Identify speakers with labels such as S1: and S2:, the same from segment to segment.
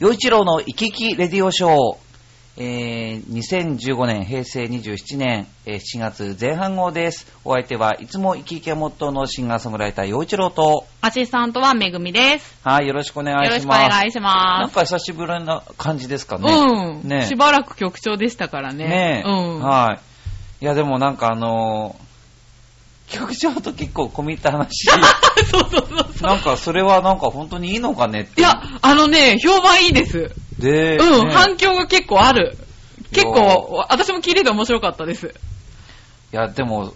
S1: 洋一郎の生き生きレディオショー、えー、2015年、平成27年、えー7月前半号です。お相手はいつも生き生きがモットーのシンガーソングライター洋一郎と、
S2: アシスタントはめぐみです。
S1: はい、よろしくお願
S2: よ
S1: いします。
S2: ろしくお願いし
S1: な
S2: ま
S1: ん
S2: す。
S1: か久しぶりな感じですかね。
S2: うん、
S1: ね
S2: しばらく局長でしたからね。
S1: ねえ、
S2: うん。
S1: はい。いや、でもなんかあのー、局長と結構込み入った 話。
S2: そうそうそうそう。
S1: なんかそれはなんか本当にいいのかねって
S2: い。や、あのね、評判いいです。
S1: で、
S2: うん、
S1: ね
S2: 反響が結構ある。結
S1: よ
S2: 構、私も聞いてて面白かったです。
S1: いや、でも、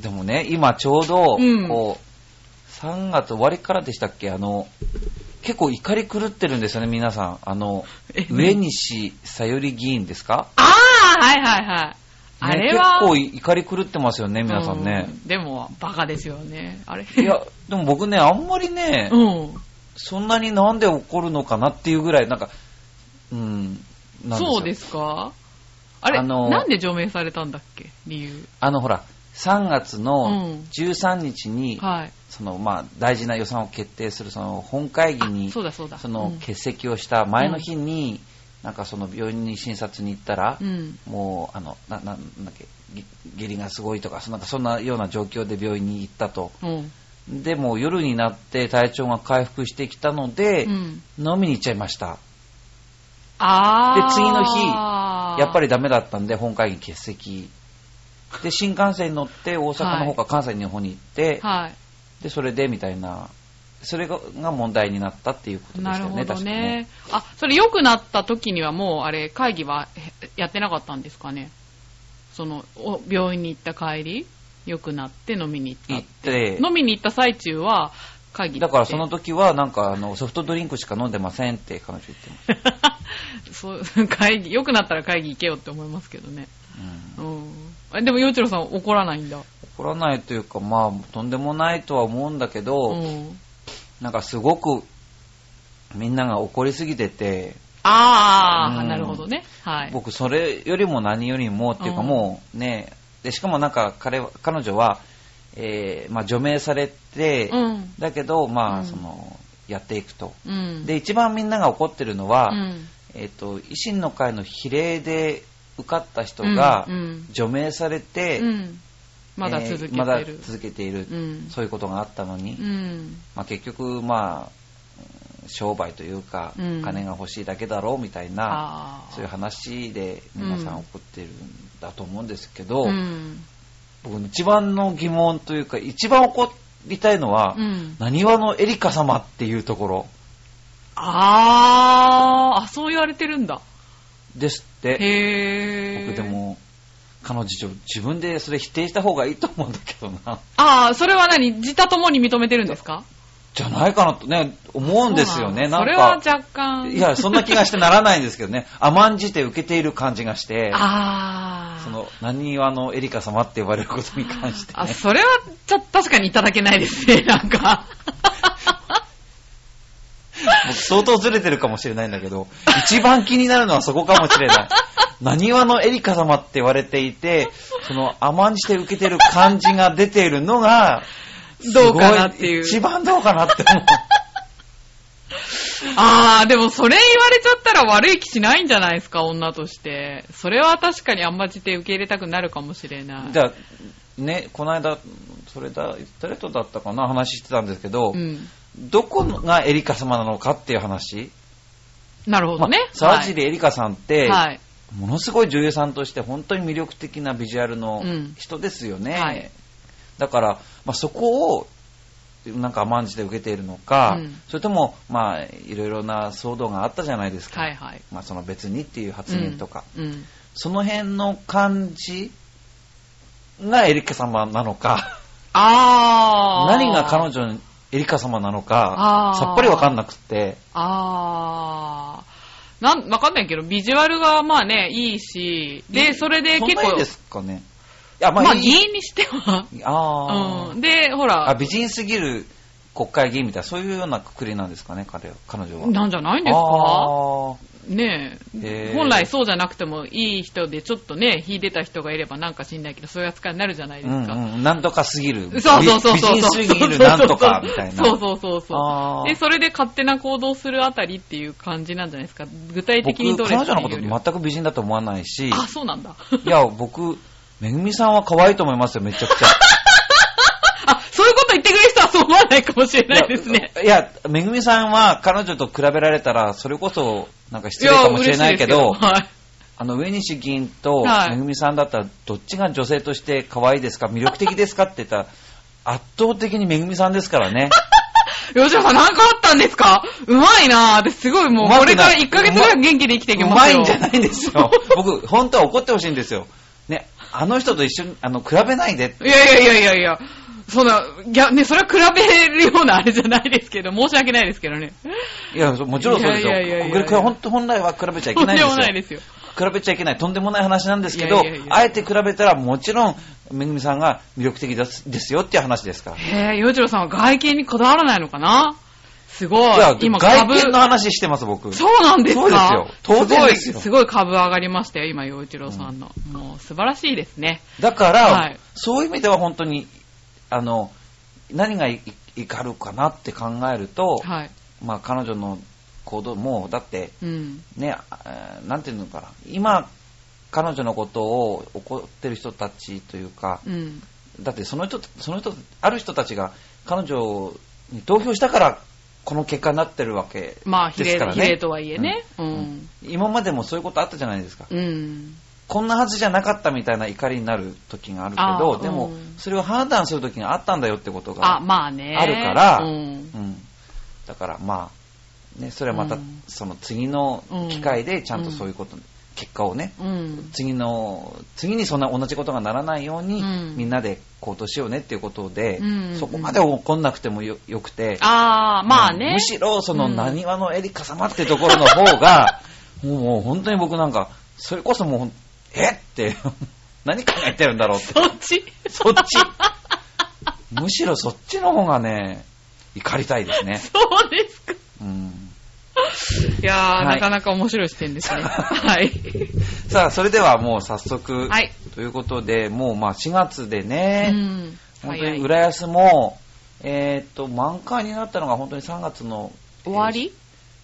S1: でもね、今ちょうど、
S2: うん
S1: こう、3月終わりからでしたっけあの、結構怒り狂ってるんですよね、皆さん。あの
S2: え、
S1: 上西さゆり議員ですか
S2: ああ、はいはいはい。あ
S1: ね
S2: れ
S1: 結
S2: は。
S1: 構怒り狂ってますよね、皆さんね
S2: う。。でも、バカですよね。あれ。
S1: いや、でも僕ね、あんまりね、
S2: うん。
S1: そんなになんで怒るのかなっていうぐらい、なんか、うん、なんよ
S2: そうですかあれ、
S1: あの
S2: なんで除名されたんだっけ理由。
S1: あの、ほら、3月
S2: う
S1: の
S2: ん
S1: 13日に、
S2: はい。
S1: その、まあ、大事な予算を決定する、その、本会議に、
S2: あそうだそうだ。
S1: その
S2: うん、
S1: 欠席をした前の日に、なんかその病院に診察に行ったら、
S2: うん。
S1: もうあのなななんだっけぎ下痢がすごいとかそなんかそんなような状況で病院に行ったと
S2: うん。
S1: でもう夜になって体調が回復してきたので、
S2: うん
S1: 飲みに行っちゃいました
S2: あー
S1: で次の日やっぱりダメだったんで本会議欠席で新幹線に乗って大阪の方か関西の方に行って、
S2: は
S1: でそれでみたいなそれがが問題になったっていうこと
S2: い。
S1: で
S2: な
S1: し
S2: る
S1: たよ
S2: ほ
S1: ね
S2: ど
S1: 確かね
S2: ね。あ、それ良くなった時にはもう、あれ、会議はへやってなかったんですかね。その、お病院に行った帰り、良くなって飲みに行った
S1: 行って
S2: 飲みに行った最中は、会議って
S1: だからその時はなんかあのソフトドリンクしか飲んでませんって彼女言ってます。
S2: そう、会議、良くなったら会議行けよって思いますけどね。
S1: うん
S2: うん。えでも、洋一郎さん怒らないんだ。
S1: 怒らないというかまあとんでもないとは思うんだけど、
S2: うん。
S1: なんかすごくみんなが怒りすぎてて、
S2: ああ、
S1: うん
S2: なるほどね。はい。
S1: 僕それよりも何よりもっていうか
S2: うん
S1: もうね、でしかもなんか彼は彼女は、えーまあ、除名されて、
S2: うん。
S1: だけどま
S2: う
S1: あ
S2: ん
S1: その、やっていくと。
S2: うん。
S1: で一番みんなが怒ってるのは、
S2: うん、
S1: えっと維新の会の比例で受かった人が、
S2: うんうん
S1: 除名されて、
S2: うん、まだ続け
S1: え
S2: て
S1: ーまだ
S2: る。
S1: 続けている、
S2: うん
S1: そういうことがあったのに、
S2: うん。
S1: まあ、結局、まあ、うん商売というか、
S2: うん
S1: 金が欲しいだけだろうみたいな
S2: ああ。
S1: そういう話で皆さん怒ってるんだと思うんですけど、
S2: うん。
S1: 僕一番の疑問というか一番怒りたいのは
S2: うん
S1: なにわのエリカ様っていうところ
S2: あーあ、そう言われてるんだ。
S1: ですって
S2: へえ。
S1: 僕で。も彼女自分でそれ否定した方がいいと思うんだけどな
S2: ああ、それは何自他ともに認めてるんですか
S1: じゃないかなとね思うんですよね
S2: そう
S1: なんか
S2: なのそれは若干。
S1: いや、そんな気がしてならないんですけど ね。甘んじて受けている感じがして、
S2: ああ。
S1: その、何はのエリカ様って呼ばれることに関して、
S2: あ、
S1: ね。
S2: それは、ちょ、確かにいただけないですね、な んか。
S1: 僕相当ずれてるかもしれないんだけど、一番気になるのはそこかもしれ ない。何はのエリカ様って言われていて、その甘んじて受けてる感じが出ているのが、
S2: どうかなっていう
S1: すご一番どうかなって 思う。
S2: ああ、でもそれ言われちゃったら悪い気しないんじゃないですか、女として。それは確かにあんまじて受け入れたくなるかもしれない。
S1: じゃあ、ね、この間、それだ、誰とだったかな話してたんですけど、
S2: うん。
S1: どこがエリカ様なのかっていう話。
S2: なるほどね
S1: ま。あ沢尻エリカさんって、
S2: はい。
S1: ものすごい女優さんとして本当に魅力的なビジュアルの
S2: うん
S1: 人ですよね、
S2: はい
S1: だから、まあ、そこをなんか甘んじて受けているのか、
S2: うん
S1: それとも、まあ、いろいろな騒動があったじゃないですか、
S2: はいはい。
S1: まあ、その別にっていう発言とか、
S2: うん。
S1: その辺の感じがエリカ様なのか
S2: ああ。
S1: 何が彼女のエリカ様なのか
S2: あー
S1: さっぱりわかんなくって
S2: ああ。なん、わかんないけど、ビジュアルがまあね、いいし、で、それで
S1: そん
S2: 結
S1: ない
S2: 構、
S1: ですかねいやま
S2: ま
S1: あ、
S2: あ、
S1: いい
S2: 議員にしては、
S1: あー
S2: うん。で、ほら
S1: あ、美人すぎる国会議員みたいな、そういうようなくくりなんですかね、彼は彼女は。
S2: なんじゃないんですか
S1: あー
S2: ね
S1: へ
S2: え
S1: ー
S2: 本来そうじゃなくてもいい人でちょっとね秀でた人がいればなんか知んないけどそういう扱いになるじゃないで
S1: う
S2: す
S1: ん
S2: か、
S1: うん。なんとかすぎる。
S2: そうそうそうそう
S1: 美
S2: そ
S1: 人
S2: う
S1: すぎるなんとか、みたいな。
S2: そうそうそうそ
S1: あ
S2: う
S1: ー
S2: でそれで勝手な行動するあたりっていう感じなんじゃないですか具体的にど
S1: 僕、
S2: れ
S1: 彼
S2: って
S1: 女
S2: いうよ
S1: のこと
S2: りは
S1: 全く美人だと思わないし、
S2: あそうなんだ
S1: いや、僕、めぐみさんは可愛いと思いますよ、めちゃくちゃ。
S2: あそういうこと言ってくれる人はそう思わないかもしれない ですね
S1: いや、いやめぐみさんは彼女と比べられたら、それこそ、なんか失礼かもしれないけ
S2: や
S1: ど、
S2: 嬉しですはい
S1: あの、上西議員と
S2: はい
S1: めぐみさんだったら、どっちが女性として可愛いですか、魅力的ですかって言 ったら、圧倒的にめぐみさんですからね。
S2: 吉田さん、なんかあったんですかうまいなぁ。私すごいもう、
S1: うま
S2: こ
S1: くな
S2: れ
S1: い
S2: から1ヶ月ぐらい元 気で生きていうけま
S1: ます
S2: よ。
S1: いんじゃないんですよ。僕、本当は怒ってほしいんですよ。ね、あの人と一緒に、あの、比べないで。
S2: いやいやいやいやいや。そんな、いや、ね、それは比べるようなあれじゃないですけど、申し訳ないですけどね。
S1: いや、もちろんそうですよ。
S2: いやいやいやいや
S1: これこれ本当本来は比べちゃいけないんですよ。
S2: とんでもないですよ。
S1: 比べちゃいけない、とんでもない話なんですけど、
S2: いやいやいや
S1: あえて比べたら、もちろん、めぐみさんが魅力的ですですよっていう話ですから。い
S2: へぇ、洋一郎さんは外見にこだわらないのかなすごい。
S1: や、
S2: 今、
S1: 外
S2: 株。
S1: 見の話してます、僕。
S2: そうなんですか
S1: そうですよ当然です
S2: す
S1: よ
S2: ごい、すごい株上がりましたよ、今、洋一郎さんの。もう、素晴らしいですね。
S1: だから、
S2: はい
S1: そういう意味では本当に、あの、何がいいかるかなって考えると、
S2: はい。
S1: まあ、彼女の行動も、だって、
S2: うん。
S1: ね、あえーなんていうのかな、今、彼女のことを怒ってる人たちというか、
S2: うん。
S1: だってその人、その人、ある人たちが彼女に投票したから、この結果になってるわけ
S2: まあ、比
S1: です
S2: 例、
S1: から
S2: 比
S1: ね。
S2: 例とはいえね。うん。
S1: 今までもそういうことあったじゃないですか。
S2: うん。
S1: こんなはずじゃなかったみたいな怒りになる時があるけ
S2: あ
S1: ど、
S2: ー
S1: でも
S2: うん、
S1: それを判断する時があったんだよってことが、
S2: あ、まあね。
S1: あるから
S2: うん。
S1: うん。だから、まあ、ね、それはまた
S2: うん、
S1: その次の機会でちゃんとそういうこと、結果をね、
S2: うん。
S1: 次の、次にそんな同じことがならないように、
S2: うん
S1: みんなで行動しようねっていうことで、
S2: うん
S1: そこまで怒んなくてもよよくて、
S2: ああ、まあね。
S1: むしろその
S2: うん
S1: なにわのエリカ様ってところの方 が、もうもう本当に僕なんか、それこそもうほん、えって、 何考えてるんだろうって、
S2: そっち。
S1: そっち。むしろそっちの方がね、怒りたいですね。
S2: そうですか。
S1: うん、
S2: いや
S1: は
S2: ー、
S1: い
S2: なかなか面白い視 点ですね。はい。
S1: さあ、それではもう早速、
S2: はい
S1: ということで、もうまあ4月でね、
S2: うん。
S1: 本当
S2: 早
S1: に
S2: い
S1: 浦安も、えー、と満開になったのが本当に3月の
S2: 終わり
S1: えー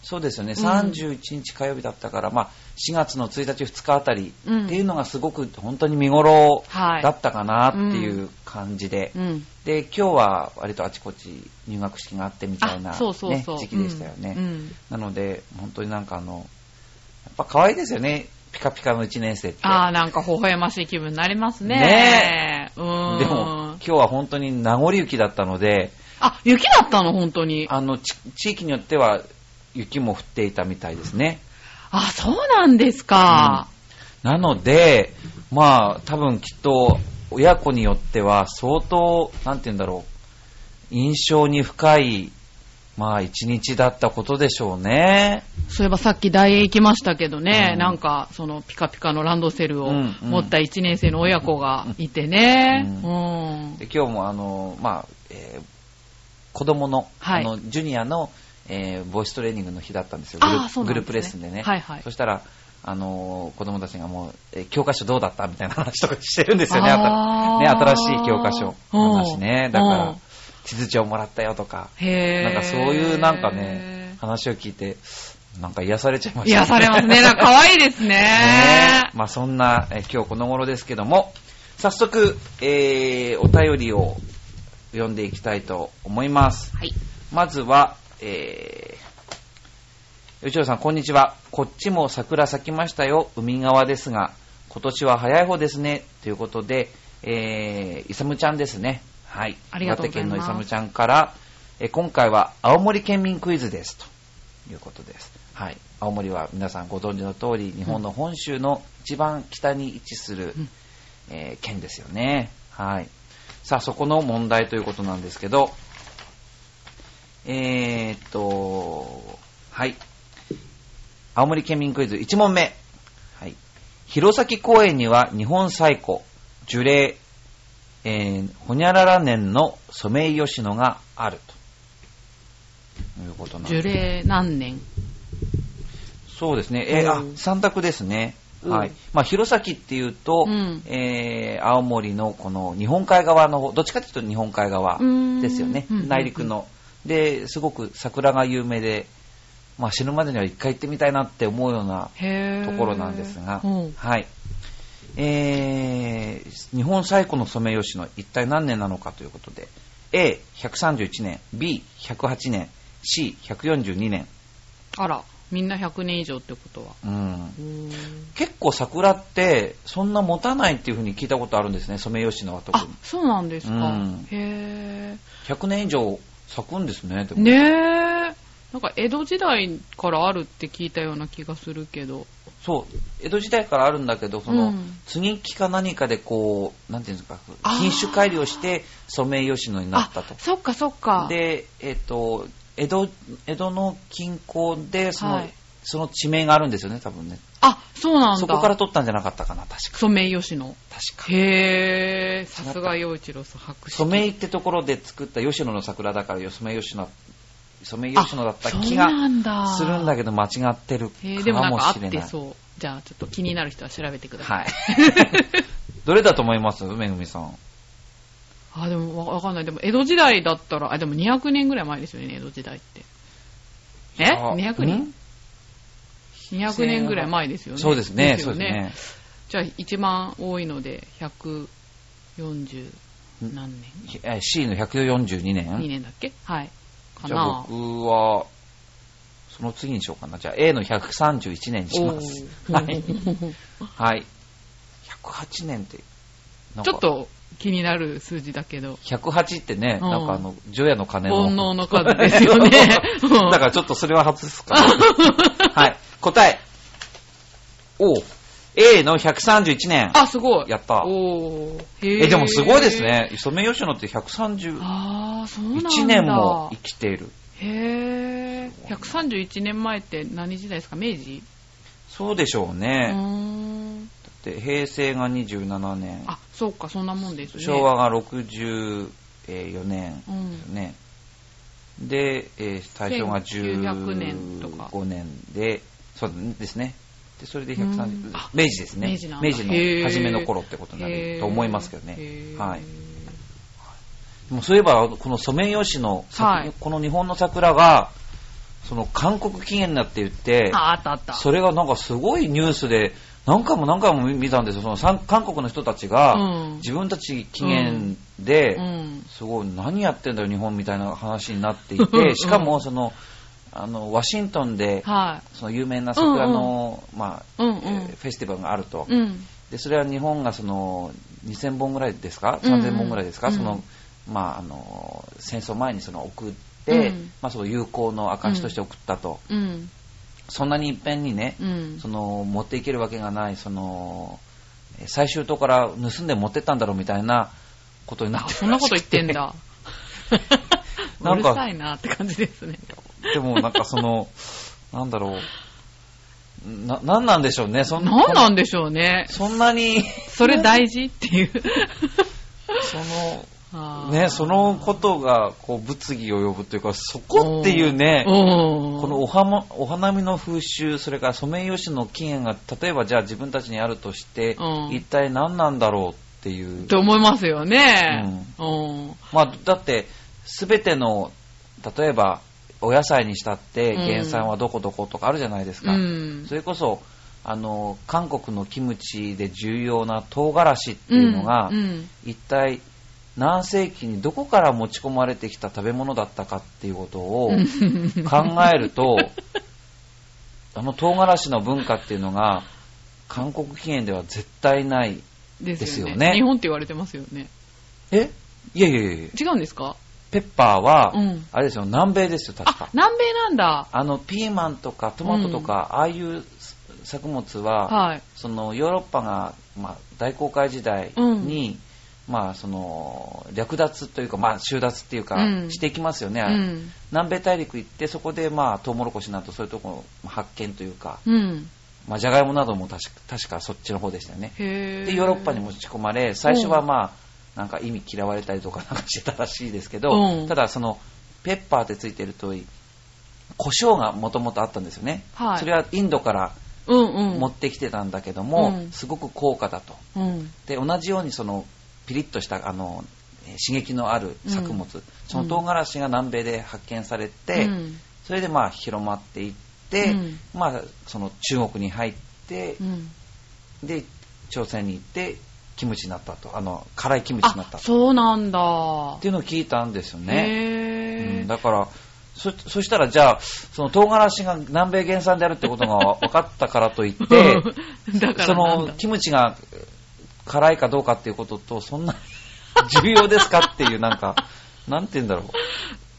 S1: そうですよね、
S2: うん
S1: 31日火曜日だったから、まあ、4月の1日、2日あたりって
S2: うん
S1: いうのがすごく本当に見頃
S2: はい
S1: だったかなっていう感じで、
S2: うん。
S1: で今日は割とあちこち入学式があってみたいな、
S2: あ、そうそう
S1: ね
S2: そう。
S1: 時期でしたよね、
S2: うんうん。
S1: なので本当になんかあのやっぱ可愛いですよねピカピカの1年生って。
S2: あー、なんか微笑ましい気分になりますね。
S1: ね
S2: え。うーん。
S1: でも今、日は本当に名残雪だったので、
S2: あ、雪だったの、本当に。
S1: あのち地域によっては雪も降っていたみたいですね。
S2: あ、そうなんですか。
S1: なので、まあ、多分きっと親子によっては相当、なんて言うんだろう、印象に深い、まあ、一日だったことでしょうね。
S2: そういえばさっき大英行きましたけどね、
S1: うん
S2: なんかそのピカピカのランドセルを
S1: うんうん
S2: 持った1年生の親子がいてね、う。
S1: うんで今日もあの、まあえー子供の,、
S2: は
S1: あ
S2: い
S1: のジュニアの、えーボイストレーニングの日だったんですよ、グル
S2: ああそうな
S1: グ
S2: んですね
S1: ループレッスンでね、
S2: はいはい
S1: そしたらあのー子供たちがもう、えー教科書どうだったみたいな話とかしてるんですよね、
S2: あー
S1: あたね新しい教科書の話ね、
S2: うん
S1: だか
S2: う
S1: ら
S2: ん
S1: 地図帳もらったよとか、
S2: へー
S1: なんかそういうなんかね、話を聞いて、なんか癒されちゃいました、
S2: 癒されますね。なんか可愛いですね。
S1: ねえまあそんな、えー今日この頃ですけども、早速、えーお便りを読んでいきたいと思います。
S2: はい。
S1: まずは、えー、吉野さん、こんにちは。こっちも桜咲きましたよ、海側ですが、今年は早い方ですね、ということで、えー、イサムちゃんですね。はい。
S2: ありがとうございます
S1: 岩手県のイサムちゃんから、えー今回は青森県民クイズです、ということです。はい。青森は皆さんご存知の通り、日本の本州の一番北に位置する、
S2: うん
S1: えー県ですよね。はい。さあ、そこの問題ということなんですけど、えーっと、はい。青森県民クイズ1問目。はい。弘前公園には日本最古、樹齢、えー、ほにゃらら年のソメイヨシノがあると。いうことなん
S2: 樹
S1: で
S2: 齢何年
S1: そうですね。えー
S2: うん
S1: あ、三択ですね。
S2: うん
S1: はい。まあ、弘前っていうと、
S2: うん
S1: えー青森のこの日本海側の方、どっちかというと日本海側
S2: うん
S1: ですよね
S2: うんうんうん。
S1: 内陸の。で、すごく桜が有名で、まあ、死ぬまでには一回行ってみたいなって思うような
S2: へー
S1: ところなんですが、
S2: うん
S1: はい。えー、日本最古のソメイヨシノ、一体何年なのかということで、A、131年、B、108年、C、142年。
S2: あら、みんな100年以上ってことは。
S1: うん
S2: う。ーん
S1: 結構桜ってそんな持たないっていうふうに聞いたことあるんですねソメイヨシノは特
S2: あ
S1: に、
S2: そうなんですか。
S1: うん
S2: へ
S1: 100年以上咲くんですねで
S2: え。
S1: も
S2: ねえ。なんか江戸時代からあるって聞いたような気がするけど。
S1: そう江戸時代からあるんだけどその、
S2: うん
S1: 継ぎ木か何かでこうなんていうんですか
S2: あー
S1: 品種改良してソメイヨシノになったと
S2: あ、そっかそっか。
S1: でえっ、と江戸江戸の近郊でその,、
S2: はい
S1: その地名があるんですよね多分ね
S2: あ、そうなんだ。
S1: そこから取ったんじゃなかったかな確か
S2: ソメイヨシノ。
S1: 確か
S2: へえ。さすが陽一郎さん、白
S1: ソメイってところで作った吉野の桜だからよソメイヨシノソメイヨシノだった気がするんだけ
S2: け
S1: ど間違ってるか
S2: へえ、でもなん
S1: も
S2: かあ
S1: し
S2: っ
S1: れ
S2: て
S1: ない。
S2: そう。じゃあ、ちょっと気になる人は調べてくださ
S1: は
S2: い。
S1: い。 どれだと思いますめぐみさん。
S2: あ、でもわわかんない。でも、江戸時代だったら、あ、でも200年ぐらい前ですよね、江戸時代って。え
S1: あ
S2: ?200
S1: ん
S2: 年 ?200 年ぐらい前ですよね。
S1: そうですね、
S2: よ
S1: そうですね。
S2: じゃあ、一番多いので、140何年
S1: え C の142年。
S2: ?2 年だっけはい。か
S1: じゃあ
S2: な
S1: 僕は、その次にしようかな。じゃあ A の131年にします。
S2: お
S1: は
S2: ー
S1: い。はい。108年って、なん
S2: ち
S1: か
S2: ょっ。と気になる数字だけど。
S1: 108ってね、
S2: うん
S1: なんかあの、除夜の鐘の。
S2: 煩悩の数ですよねうん
S1: だからちょっとそれは外すか。はい。答え。おう A の131年。
S2: あ、すごい。
S1: やった
S2: おー。へー
S1: え、でもすごいです。ね。ソメイヨシノって131
S2: あー、そうなんだ。
S1: 年も生きている。
S2: へー。131年前って何時代ですか明治
S1: そうでしょう
S2: うー
S1: ね。
S2: ん。
S1: で平成が27年、
S2: あ、そうか、そんなもんですね。
S1: 昭。和が64年で
S2: うん
S1: す。ね。で、えー大正が
S2: 1900年とか
S1: 15年で、そうですね。で、それで
S2: う
S1: 130
S2: んあ、
S1: 明治ですね。
S2: 明治なんだ
S1: の初めの頃ってことになると思いますけど
S2: へ
S1: ね。
S2: ー
S1: はい。でもそういえば、このソメイヨシノ、さ
S2: はい
S1: この日本の桜が、その韓国起源だって言って、
S2: あ、あったあった。
S1: それがなんかすごいニュースで、何回も何回も見見たんですよ。そのさん韓国の人たちが、
S2: うん。
S1: 自分たち起源で、
S2: うん。
S1: すごい何やってんだよ日本みたいな話になってい
S2: うん
S1: て、しかもその、あの、ワシントンで、
S2: は
S1: その有名な桜の、まあ、
S2: い。うんう
S1: えー
S2: ん。
S1: フェスティバルがあると。
S2: うん。
S1: でそれは日本がその2000本ぐらいですか、
S2: うんうん
S1: 3000本ぐらいですか、
S2: うん
S1: そのまあ、あの戦争前にその送って、
S2: うん
S1: まあ、その友好の証として送ったと、
S2: うん。
S1: そんなにいっぺんにね、
S2: うん。
S1: その持っていけるわけがないそのえー最終党から盗んで持ってったんだろうみたいなことになっ
S2: あ、
S1: てる
S2: そんなこと
S1: らし
S2: 言
S1: くて
S2: ってんだ。う
S1: なん
S2: る
S1: か
S2: さいなって感じですね。
S1: でもなんかそのなんだろうななんなんでしょうねそん
S2: 何なんでしょうね。
S1: そんなに
S2: それ大事っていう。
S1: その
S2: あー
S1: ね、そのことが、こう、物議を呼ぶというか、そこっていうね、
S2: うん
S1: このお花お花見の風習、それからソメイヨシノの起源が、例えばじゃあ自分たちにあるとして、
S2: うん
S1: 一体何なんだろうっていう
S2: っ。て思いますよね。うん。
S1: まあ、だって、すべての、例えば、お野菜にしたって、
S2: うん
S1: 原産はどこどことかあるじゃないです
S2: う
S1: か。
S2: ん
S1: そ。れこそ、あの、韓国のキムチで重要な唐辛子っていうのが、
S2: うん
S1: 一体何世紀にどこから持ち込まれてきた食べ物だったかっていうことを 考えると あの唐辛子の文化っていうのが韓国起源では絶対ない
S2: ですよ
S1: ですよ
S2: ね。
S1: ね
S2: 日本って言われてますよね。
S1: えいやいやいやいや
S2: 違うんですか
S1: ペッパーは、
S2: うん
S1: あれですよ南米ですよ確
S2: あ
S1: か、
S2: 南米なんだ。
S1: あのピーマンとかトマトとか、ああいう作物は、
S2: はい。
S1: そのヨーロッパが、まあ、大航海時代に、まあ、その略奪というか、まあ、収奪っていうか、
S2: うん
S1: していきますよね、
S2: うん。
S1: 南米大陸行ってそこで、まあ、トウモロコシなどそういうところの発見というか、
S2: うん。
S1: まあ、じゃがいもなども確か確かそっちの方でしたよね
S2: へー
S1: でヨーロッパに持ち込まれ最初は、
S2: うん
S1: まあ、なんか意味嫌われたりとかなんかしてたらしいですけど、
S2: うん
S1: ただそのペッパーってついてると胡椒がもともとあったんですよね、
S2: はい
S1: それはインドから
S2: うんうん。
S1: 持ってきてたんだけども、
S2: うん
S1: すごく高価だと
S2: うん。
S1: で同じようにそのピリッとしたあのえー刺激のある作物、
S2: うん
S1: その唐辛子が南米で発見されて、
S2: うん
S1: それでまあ広まっていって、
S2: うん
S1: まあ、その中国に入って
S2: う、ん。
S1: で朝鮮に行ってキムチになったとあの辛いキムチになっ
S2: あ
S1: た、と
S2: そうなんだ
S1: っ。ていうのを聞いたんですよね、う
S2: へ
S1: ん
S2: ー
S1: だからそそしたらじゃあその唐辛子が南米原産であるってことが分かったからといって
S2: うん だか
S1: そ
S2: らなん
S1: の
S2: だ。
S1: キムチが辛いかどうかっていうこととそんな 重要ですかっていうなんかなんて言うんだろう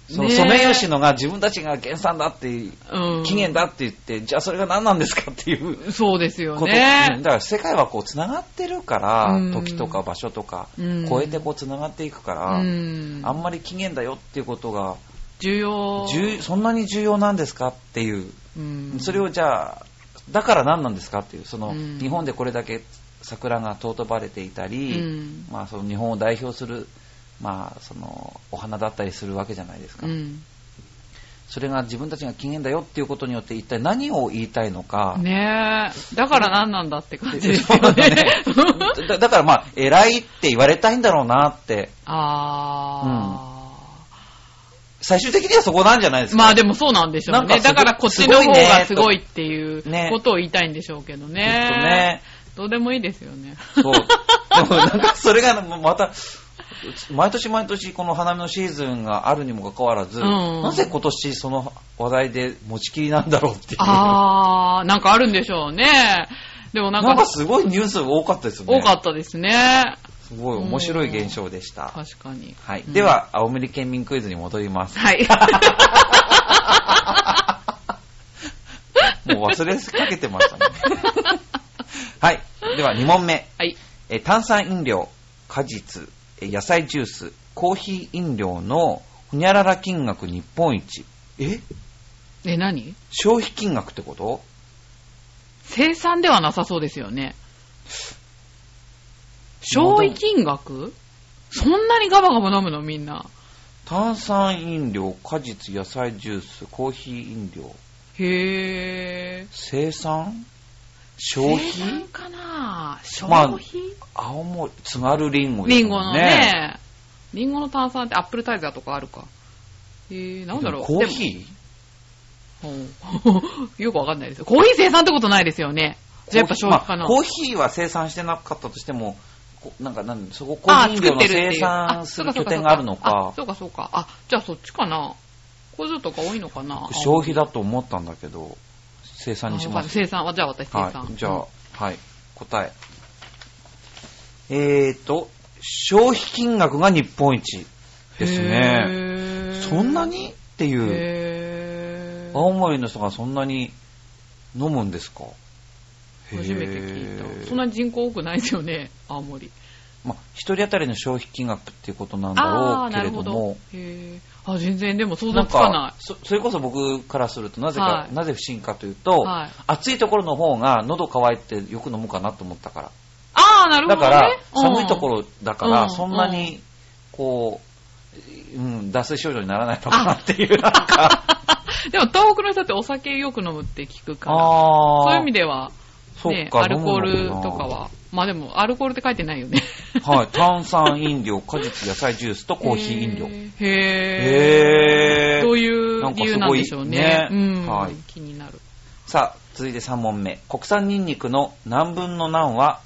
S1: その
S2: ねえ
S1: ソメイヨシノが自分たちが原産だっていう
S2: うん
S1: 期限だって言って、じゃあそれが何なんですかっていう
S2: そうですよ
S1: こと、うん
S2: ね。
S1: だから世界はこうつながってるから、
S2: うん
S1: 時とか場所とか、
S2: うん
S1: 超えてこうつながっていくから、
S2: うん
S1: あんまり期限だよっていうことが
S2: 重要。
S1: 重そんなに重要なんですかっていう、
S2: うん
S1: それをじゃあだから何なんですかっていうその、
S2: うん
S1: 日本でこれだけ桜が尊ばれていたり、
S2: うん
S1: まあ、その日本を代表する、まあ、そのお花だったりするわけじゃないですか、
S2: うん
S1: それが自分たちが期限だよっていうことによって一体何を言いたいのか、
S2: ねえ。だから何なんだって感じで す
S1: そう
S2: よ
S1: だね
S2: ね。
S1: だ だからまあ、偉いって言われたいんだろうなって、
S2: あ
S1: 最終的にはそこなんじゃないで
S2: ー。
S1: すか。
S2: まあでもそうなんでしょう
S1: なんか
S2: ね。
S1: すご
S2: だからこっちの方が
S1: す
S2: す
S1: ご
S2: ご
S1: い
S2: いっていう
S1: ね
S2: ことを言いたいんでしょうけど
S1: きっと
S2: ね。
S1: ね。
S2: どうでもいいですよね。
S1: そう。 でもなんかそれがまた、毎年毎年この花見のシーズンがあるにもかかわらず、
S2: うん
S1: なぜ今年その話題で持ちきりなんだろうっていう。
S2: あー、なんかあるんでしょうね。でもなん
S1: なん
S2: か
S1: かすごいニュース多かったですよね。
S2: 多かったですね。
S1: すごい面白い現象でした。
S2: 確かに。
S1: はい。
S2: うん
S1: で、は、青森県民クイズに戻ります。
S2: はい。
S1: もう忘れかけてま したね。はい。では、2問目。
S2: はい。
S1: えー炭酸飲料、果実、えー野菜ジュース、コーヒー飲料のほにゃらら金額日本一。え
S2: え、何
S1: 消費金額ってこと
S2: 生産ではなさそうですよね。消費金額そんなにガバガバ飲むのみんな。
S1: 炭酸飲料、果実、野菜ジュース、コーヒー飲料、
S2: へー。
S1: 生産消
S2: 生
S1: 費
S2: 産かな
S1: まあ
S2: 消費、
S1: 青森、津軽りんご
S2: リンゴのね。リンゴの炭酸ってアップルタイザーとかあるか。えー、なんだろう。
S1: コーヒ
S2: ー
S1: ー
S2: よくわかんない ですよ。コーヒー生産ってことないですよね。じゃあやっぱ消費か
S1: ま
S2: な。
S1: あコーヒーは生産してなかったとしても、こなんか、なんそこ、コ
S2: あ
S1: ー
S2: ー
S1: ヒー飲
S2: 作
S1: 料
S2: っ
S1: の
S2: てるっていう
S1: 生産する拠点があるのか
S2: あ、そうかそうか。あ、そうかそうかあじゃあそっちかな。工場とか多いのかな。
S1: 消費だと思ったんだけど、生
S2: あ
S1: 産にします。
S2: 生産は、じゃあ私生産。
S1: はい。じゃ
S2: うん
S1: あ、はい。答え。えーと、消費金額が日本一ですね。
S2: へー
S1: そんなにっていう、
S2: へー
S1: 青森の人がそんなに飲むんですか
S2: 初めて聞いた。そん
S1: な
S2: なに人口多くないですよね、青森。
S1: まあ、一人当たりの消費金額っていうことなんだろ
S2: あー
S1: うけ
S2: な
S1: れど
S2: るほ
S1: も
S2: ど。。へーあ、全然でも想
S1: な
S2: 像
S1: ん
S2: つかな
S1: か
S2: い。
S1: そ、それこそ僕からすると、なぜか、
S2: はい
S1: なぜ不審かというと、
S2: はい
S1: 暑いところの方が喉乾いてよく飲むかなと思ったから。
S2: ああ、なる
S1: だ
S2: ほど、ね。
S1: から、寒いと
S2: ろ
S1: ころだか
S2: う
S1: ら、
S2: ん
S1: そんなに、こう、うん、脱水症状にならないのかなって いう、なんか、
S2: でも東北の人ってお酒よく飲むって聞くから、
S1: あ
S2: そういう意味では、
S1: そ
S2: ね
S1: っ、か
S2: アルコール
S1: 飲むの
S2: と
S1: な
S2: かは、まあでもアルコールって書いてないよね。
S1: はい、炭酸飲料、果実、野菜ジュースとコーヒー飲料。
S2: へ
S1: へー
S2: ー。どういう理由なんでしょう
S1: なんかすごい
S2: ね。
S1: ね
S2: うん
S1: はい
S2: 気になる。
S1: さあ、続いて3問目。国産ニンニクの何分の何は、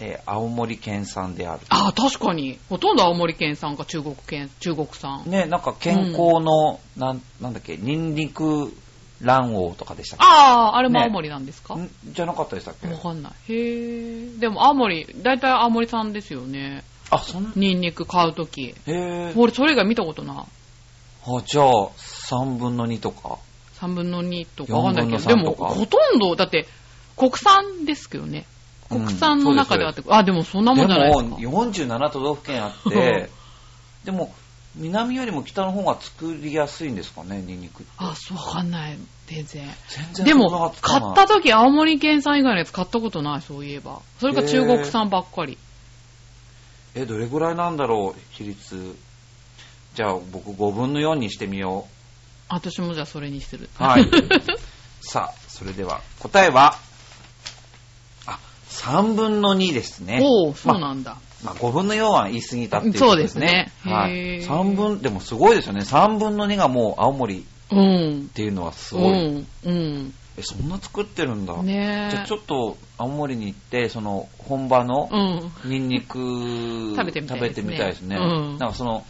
S1: えー青森県産である。
S2: ああ、確かに。ほとんど青森県産か中国県、中国産。
S1: ね、なんか健康の、なん、なんだっけ、ニンニク卵黄とかでしたっ
S2: ああ、あれも
S1: ね
S2: 青森なんです
S1: け
S2: か、
S1: んじゃなかったでしたっけ
S2: わかんない。へー。でも青森、大体青森産ですよね。
S1: あ、そんな、
S2: ニンニク買うとき。
S1: へー
S2: 俺、それ以外見たことない。
S1: あ、じゃあ、3分の2とか。
S2: 3分の2とかわかんないけ
S1: 4
S2: ど、で
S1: 分の3
S2: も
S1: とか
S2: ほとんど、だって国産ですけどね。
S1: うん
S2: 国産の中ではって、あ、でもそんなもんじゃないですか。
S1: でも、47都道府県あって、でも、南よりも北の方が作りやすいんですかね、ニンニクって。
S2: あ、そう、わかんない。全然。
S1: 全然
S2: で
S1: 想像が
S2: も、
S1: つか
S2: 買
S1: ない
S2: った時、青森県産以外のやつ買ったことない、そういえば。それか中国産ばっかり。
S1: え、どれぐらいなんだろう、比率。じゃあ、僕5分の4にしてみよ
S2: 私もじゃあそれにする。
S1: はい。さあ、それでは、答えは、あ、3分の2ですね。
S2: おお、そう
S1: まあ
S2: なんだ。
S1: まあ、5分の4は言い過ぎたっていうこ
S2: そう
S1: と
S2: で
S1: ですす
S2: ね
S1: ね。
S2: へ
S1: はい。
S2: ー
S1: 3分、でもすごいですよね。3分の2がもう青森っ
S2: うん。
S1: ていうのはす
S2: う
S1: ごい。
S2: ん。うん。
S1: え、そんな作ってるんだ。
S2: ねえ。
S1: じゃあちょっと青森に行って、その本場の
S2: うん。
S1: ニンニク
S2: 食べてみたいで
S1: 食べ
S2: すね
S1: てみたいですね。
S2: うん
S1: なんかその、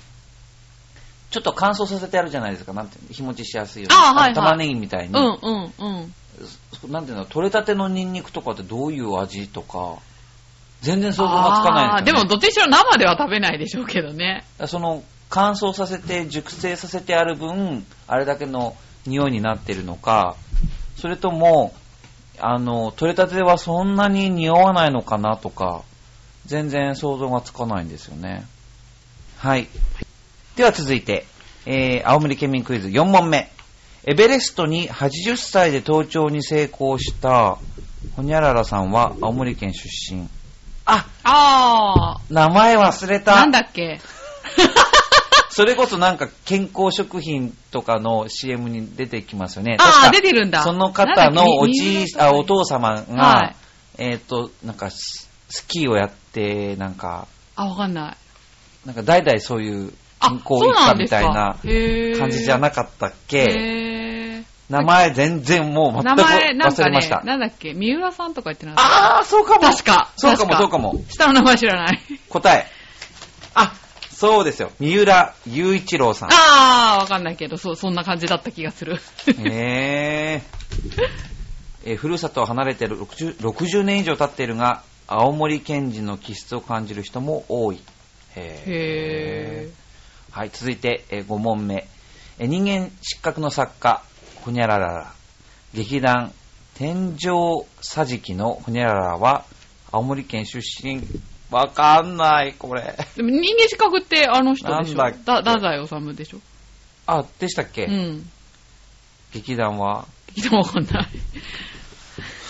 S1: ちょっと乾燥させてあるじゃないですか。なんていうの日持ちしやすいよう
S2: あはいはい
S1: 玉ねぎみたいに。
S2: うんうんうん。
S1: なんていうの、取れたてのニンニクとかってどういう味とか、全然想像がつかないんですよ、ね。
S2: あーでもどっちにしろ生では食べないでしょうけどね。
S1: その、乾燥させて、熟成させてある分、あれだけの匂いになってるのか、それとも、あの、取れたてはそんなに匂わないのかなとか、全然想像がつかないんですよね。はい。では続いて、えー、青森県民クイズ4問目。エベレストに80歳で登頂に成功した、ほにゃららさんは青森県出身。あ、
S2: あ
S1: 名前忘れ
S2: あ、
S1: た。
S2: なんだっけ。
S1: それこそなんか健康食品とかの CM に出てきますよね。
S2: ああ、
S1: 確か
S2: 出てるんだ。
S1: その方
S2: なんだ
S1: の
S2: っけ
S1: おじい、あ、お。父様が、
S2: はい
S1: えっ、と、なんかス、スキーをやって、なんか、
S2: あ、わかんない。
S1: なんか代々そういう
S2: あ、
S1: 健康
S2: そう
S1: 一
S2: な
S1: 家
S2: んで
S1: み
S2: すか
S1: たいな感じじゃな
S2: く
S1: かったっけ
S2: て、
S1: 名前全然もう
S2: 名
S1: 全く
S2: 前、なん
S1: 忘
S2: か
S1: れま
S2: ね
S1: した。、
S2: なんだっけ、三浦さんとか言ってなかっ
S1: ああ、そうかも。
S2: た。確か。
S1: そうかも、
S2: 確
S1: そうかも。
S2: 下の名前知らない。
S1: 答え。あ、そうですよ。三浦雄一郎さん。
S2: ああ、わかんないけど、そう、そんな感じだった気がする。
S1: へえー、ふるさとを離れてる 60, 60年以上経っているが青森県人の気質を感じる人も多い
S2: へ
S1: へーはい続いて、え5問目、えー人間失格の作家ほにゃららら劇団天井桟敷のほにゃららは青森県出身わかんないこれ
S2: でも人間資格ってあの人でしょ
S1: なんだっけ
S2: だ、太宰治でしょ
S1: あでしたっけ、
S2: うん。
S1: 劇団は
S2: 聞いてもわかんない。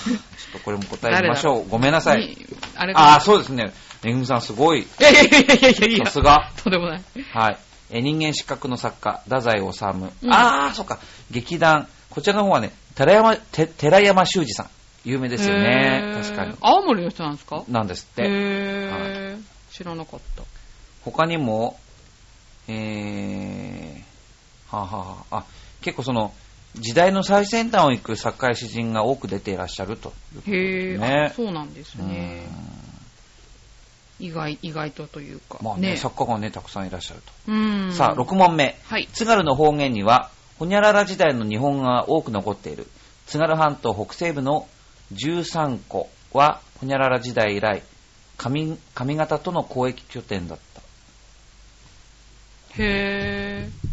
S1: ちょっとこれも答えましょうごめんなさい
S2: にあれかな
S1: ああ、そうですね。めぐみさんすごい。
S2: いやいやいやいやいやいや
S1: さすが。
S2: とんでもない。
S1: はい。えー人間失格の作家、太宰治。
S2: うん
S1: ああ、そっか。劇団。こちらの方はね、寺山、て寺山修司さん。有名ですよね。
S2: へー
S1: 確かに。
S2: 青森の人なんですか
S1: なんですっ
S2: へ
S1: て。
S2: ー、知らなかった。
S1: 他にも、えー、はあ、はあはあ、あ、結構その、時代の最先端を行く作家や詩人が多く出ていらっしゃるということ
S2: へ
S1: で
S2: ー、
S1: す
S2: あ
S1: ね。
S2: そうなんですね。意外、意外とというか。
S1: うんまあね、作家がね、たくさんいらっしゃると。
S2: うん。
S1: さあ、6問目。
S2: はい。
S1: 津軽の方言には、ホニャララ時代の日本語が多く残っている。津軽半島北西部の13個は、ホニャララ時代以来、上上方との交易拠点だった。
S2: へー。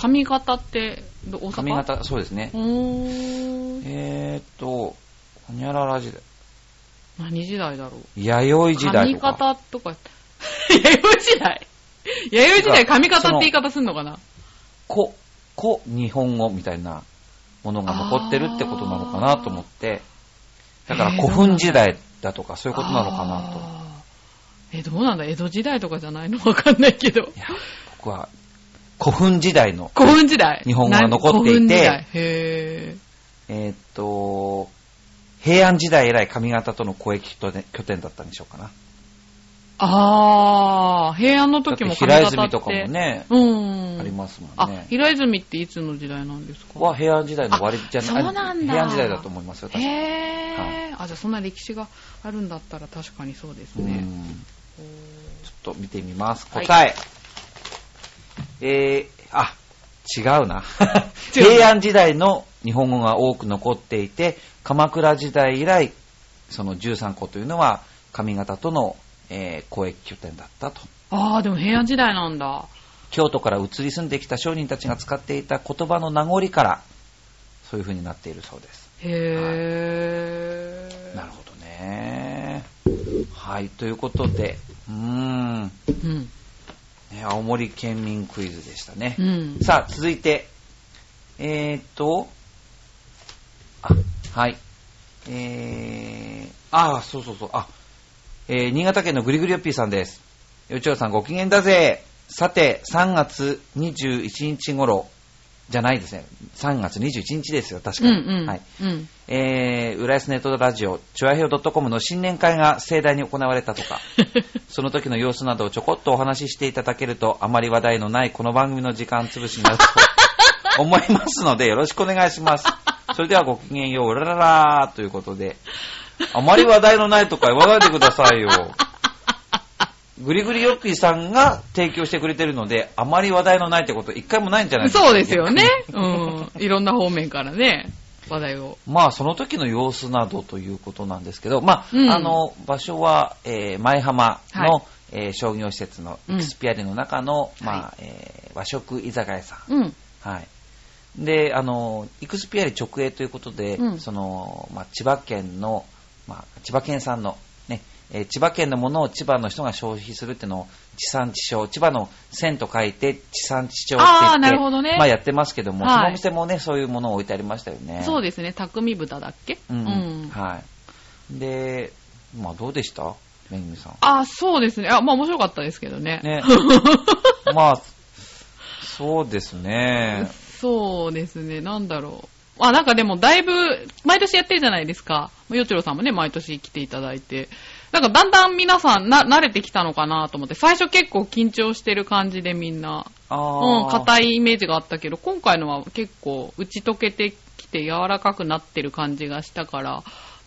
S2: 髪型って、ど大阪
S1: 上方、そうですね。
S2: おー。
S1: えーっと、ホニャララ時代、
S2: 何時代だろう
S1: 弥生時代
S2: 髪
S1: とか。
S2: 型とか。弥 生時代弥生時代髪型って言い方すんのかな
S1: こ、こ、日本語みたいなものが残ってるってことなのかなと思って、だから
S2: へー
S1: 古墳時代だとかそう
S2: そ
S1: いうことなのかなと。
S2: え、どうなんだ江戸時代とかじゃないのわかんないけど
S1: い。や、僕は古墳時代の
S2: 古墳時代
S1: 日本語が残っていて
S2: 古墳時代へ
S1: えーっと、平安時代以来上方との交易拠点拠点だったんでしょうかな。
S2: ー。あー、平安の時も
S1: だって平
S2: 髪型
S1: 泉
S2: って。
S1: とかもね、
S2: うん。
S1: ありますも
S2: あ
S1: んね、。
S2: 平泉っていつの時代なんですか
S1: は平安時代の終わりじゃ
S2: あそうなんだ
S1: 平安時代だと思いますよ、確かに。
S2: へー。あ、じゃあそんな歴史があるんだったら確かにそうです
S1: うん
S2: ね。
S1: ちょっと見てみます。
S2: は
S1: 答
S2: い
S1: え。えー、あ、違うな。
S2: 違う
S1: 平安時代の日本語が多く残っていて、鎌倉時代以来、その13個というのは上方との、えー交易拠点だったと。
S2: あー、でも平安時代なんだ。
S1: 京都から移り住んできた商人たちが使っていた言葉の名残から、そういう風になっているそうです。
S2: へー。
S1: なるほどね。はい、ということで、うーん、ね、
S2: うん。
S1: 青森県民クイズでしたね
S2: う。ん。
S1: さあ、続いて、えーっと、あ、はい。えー、あー、そうそうそう、あ、えー、新潟県のぐりぐりよっぴーさんです。よちおさんご機嫌だぜ。さて、3月21日頃、じゃないですね。3月21日ですよ、確
S2: う
S1: か
S2: ん
S1: に。
S2: うん。
S1: はい。
S2: うん。
S1: えー、浦安ネットラジオ、チュアヘオ .com の新年会が盛大に行われたとか、その時の様子などをちょこっとお話ししていただけると、あまり話題のないこの番組の時間潰しになる と思いますので、よろしくお願いします。それではごきげんよう、うらららーということで、あまり話題のないとか言わないでくださいよ。ぐりぐりよっぴーさんが提供してくれてるので、あまり話題のないってこと一回もないんじゃないですか。
S2: そうですよね。うん。いろんな方面からね、話題を。
S1: まあ、その時の様子などということなんですけど、まあ、
S2: うん
S1: あの、場所は、えー前浜の、
S2: はい
S1: えー商業施設の
S2: う
S1: イ
S2: ん
S1: クスピアリの中の、まあ
S2: は
S1: えー和食居酒屋さん。
S2: うん。
S1: はい。で、あの、イクスピアリ直営ということで、
S2: うん
S1: その、まあ、千葉県の、まあ、千葉県産の、ね、えー千葉県のものを千葉の人が消費するっていうのを、地産地消、千葉の線と書いて、地産地消って言っ
S2: あ
S1: て、
S2: ーなるほどね
S1: まあやってますけども、
S2: はい
S1: そのお店もね、そういうものを置いてありましたよね。
S2: そうですね。匠豚だっけ
S1: うんはい。で、まあどうでしためぐみさん。
S2: あ、そうですね。あ、まあ面白かったですけどね。
S1: ねまあ、そうですね。
S2: そうですね。なんだろう。あ、なんかでもだいぶ、毎年やってるじゃないですか。よちろさんもね、毎年来ていただいて。なんかだんだん皆さんな、慣れてきたのかなと思って、最初結構緊張してる感じでみんな、
S1: あ
S2: うん、
S1: ー
S2: 硬いイメージがあったけど、今回のは結構打ち解けてきて柔らかくなってる感じがしたから、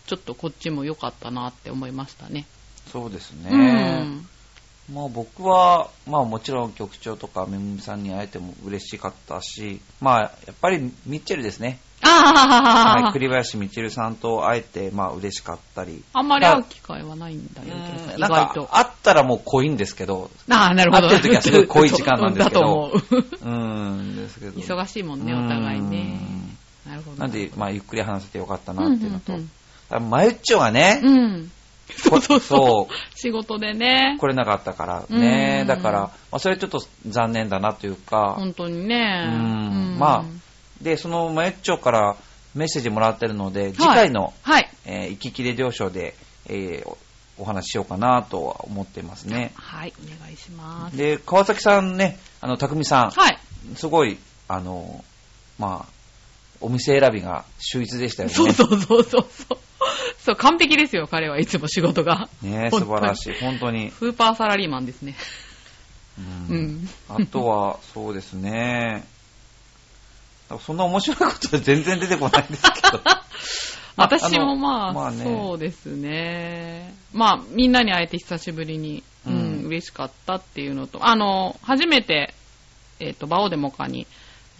S2: ちょっとこっちも良かったなって思いましたね。
S1: そうですね。
S2: うん。
S1: まあ僕は、まあもちろん局長とかめぐみさんに会えても嬉しかったし、まあやっぱりミッチェルですね。
S2: ああ、
S1: はい、栗林みちるさんと会えて、まあ嬉しかったり。
S2: あんまり会う機会はないんだよ、よちろさ
S1: うんん
S2: 意
S1: なん
S2: 外
S1: か
S2: と。
S1: 会ったらもう濃いんですけど、
S2: ああ、なるほど。
S1: 会ってる時はすごい濃い時間なんですけど
S2: だと思う。
S1: うん、ですけど。
S2: 忙しいもんね、お互いね。なるほ
S1: う
S2: ど。
S1: んなんで、まあゆっくり話せてよかったな
S2: うん
S1: っていうのと。
S2: うん
S1: あマユッチョがね、
S2: うんうん。そうそう
S1: そ
S2: そうう。仕事でね。
S1: 来れなかったからね
S2: う、ん
S1: だから、まあ、それちょっと残念だなというか、
S2: 本当に
S1: う
S2: ね。
S1: んまあで、そのマユッチョからメッセージもらってるので、次回の、
S2: はい。
S1: えー行き来で了承で、えーおお話ししようかなとは思っていますね。
S2: はい、お願いします。
S1: で、川崎さんね、あの、匠さん、
S2: はい。
S1: すごい、あの、まあ、お店選びが秀逸でしたよね。
S2: そうそうそうそう。そう、完璧ですよ、彼はいつも仕事が。
S1: ね素晴らしい、本当に。
S2: スーパーサラリーマンですね。
S1: う
S2: うんん。
S1: あとは、そうですね。だからそんな面白いことは全然出てこないんですけ ど。まあ
S2: 私
S1: あの
S2: もまあ、
S1: まあね
S2: そうですね。まあ、みんなに会えて久しぶりに、うん、
S1: うん
S2: 嬉しかったっていうのと、あの、初めて、えっ、と、バオデモカに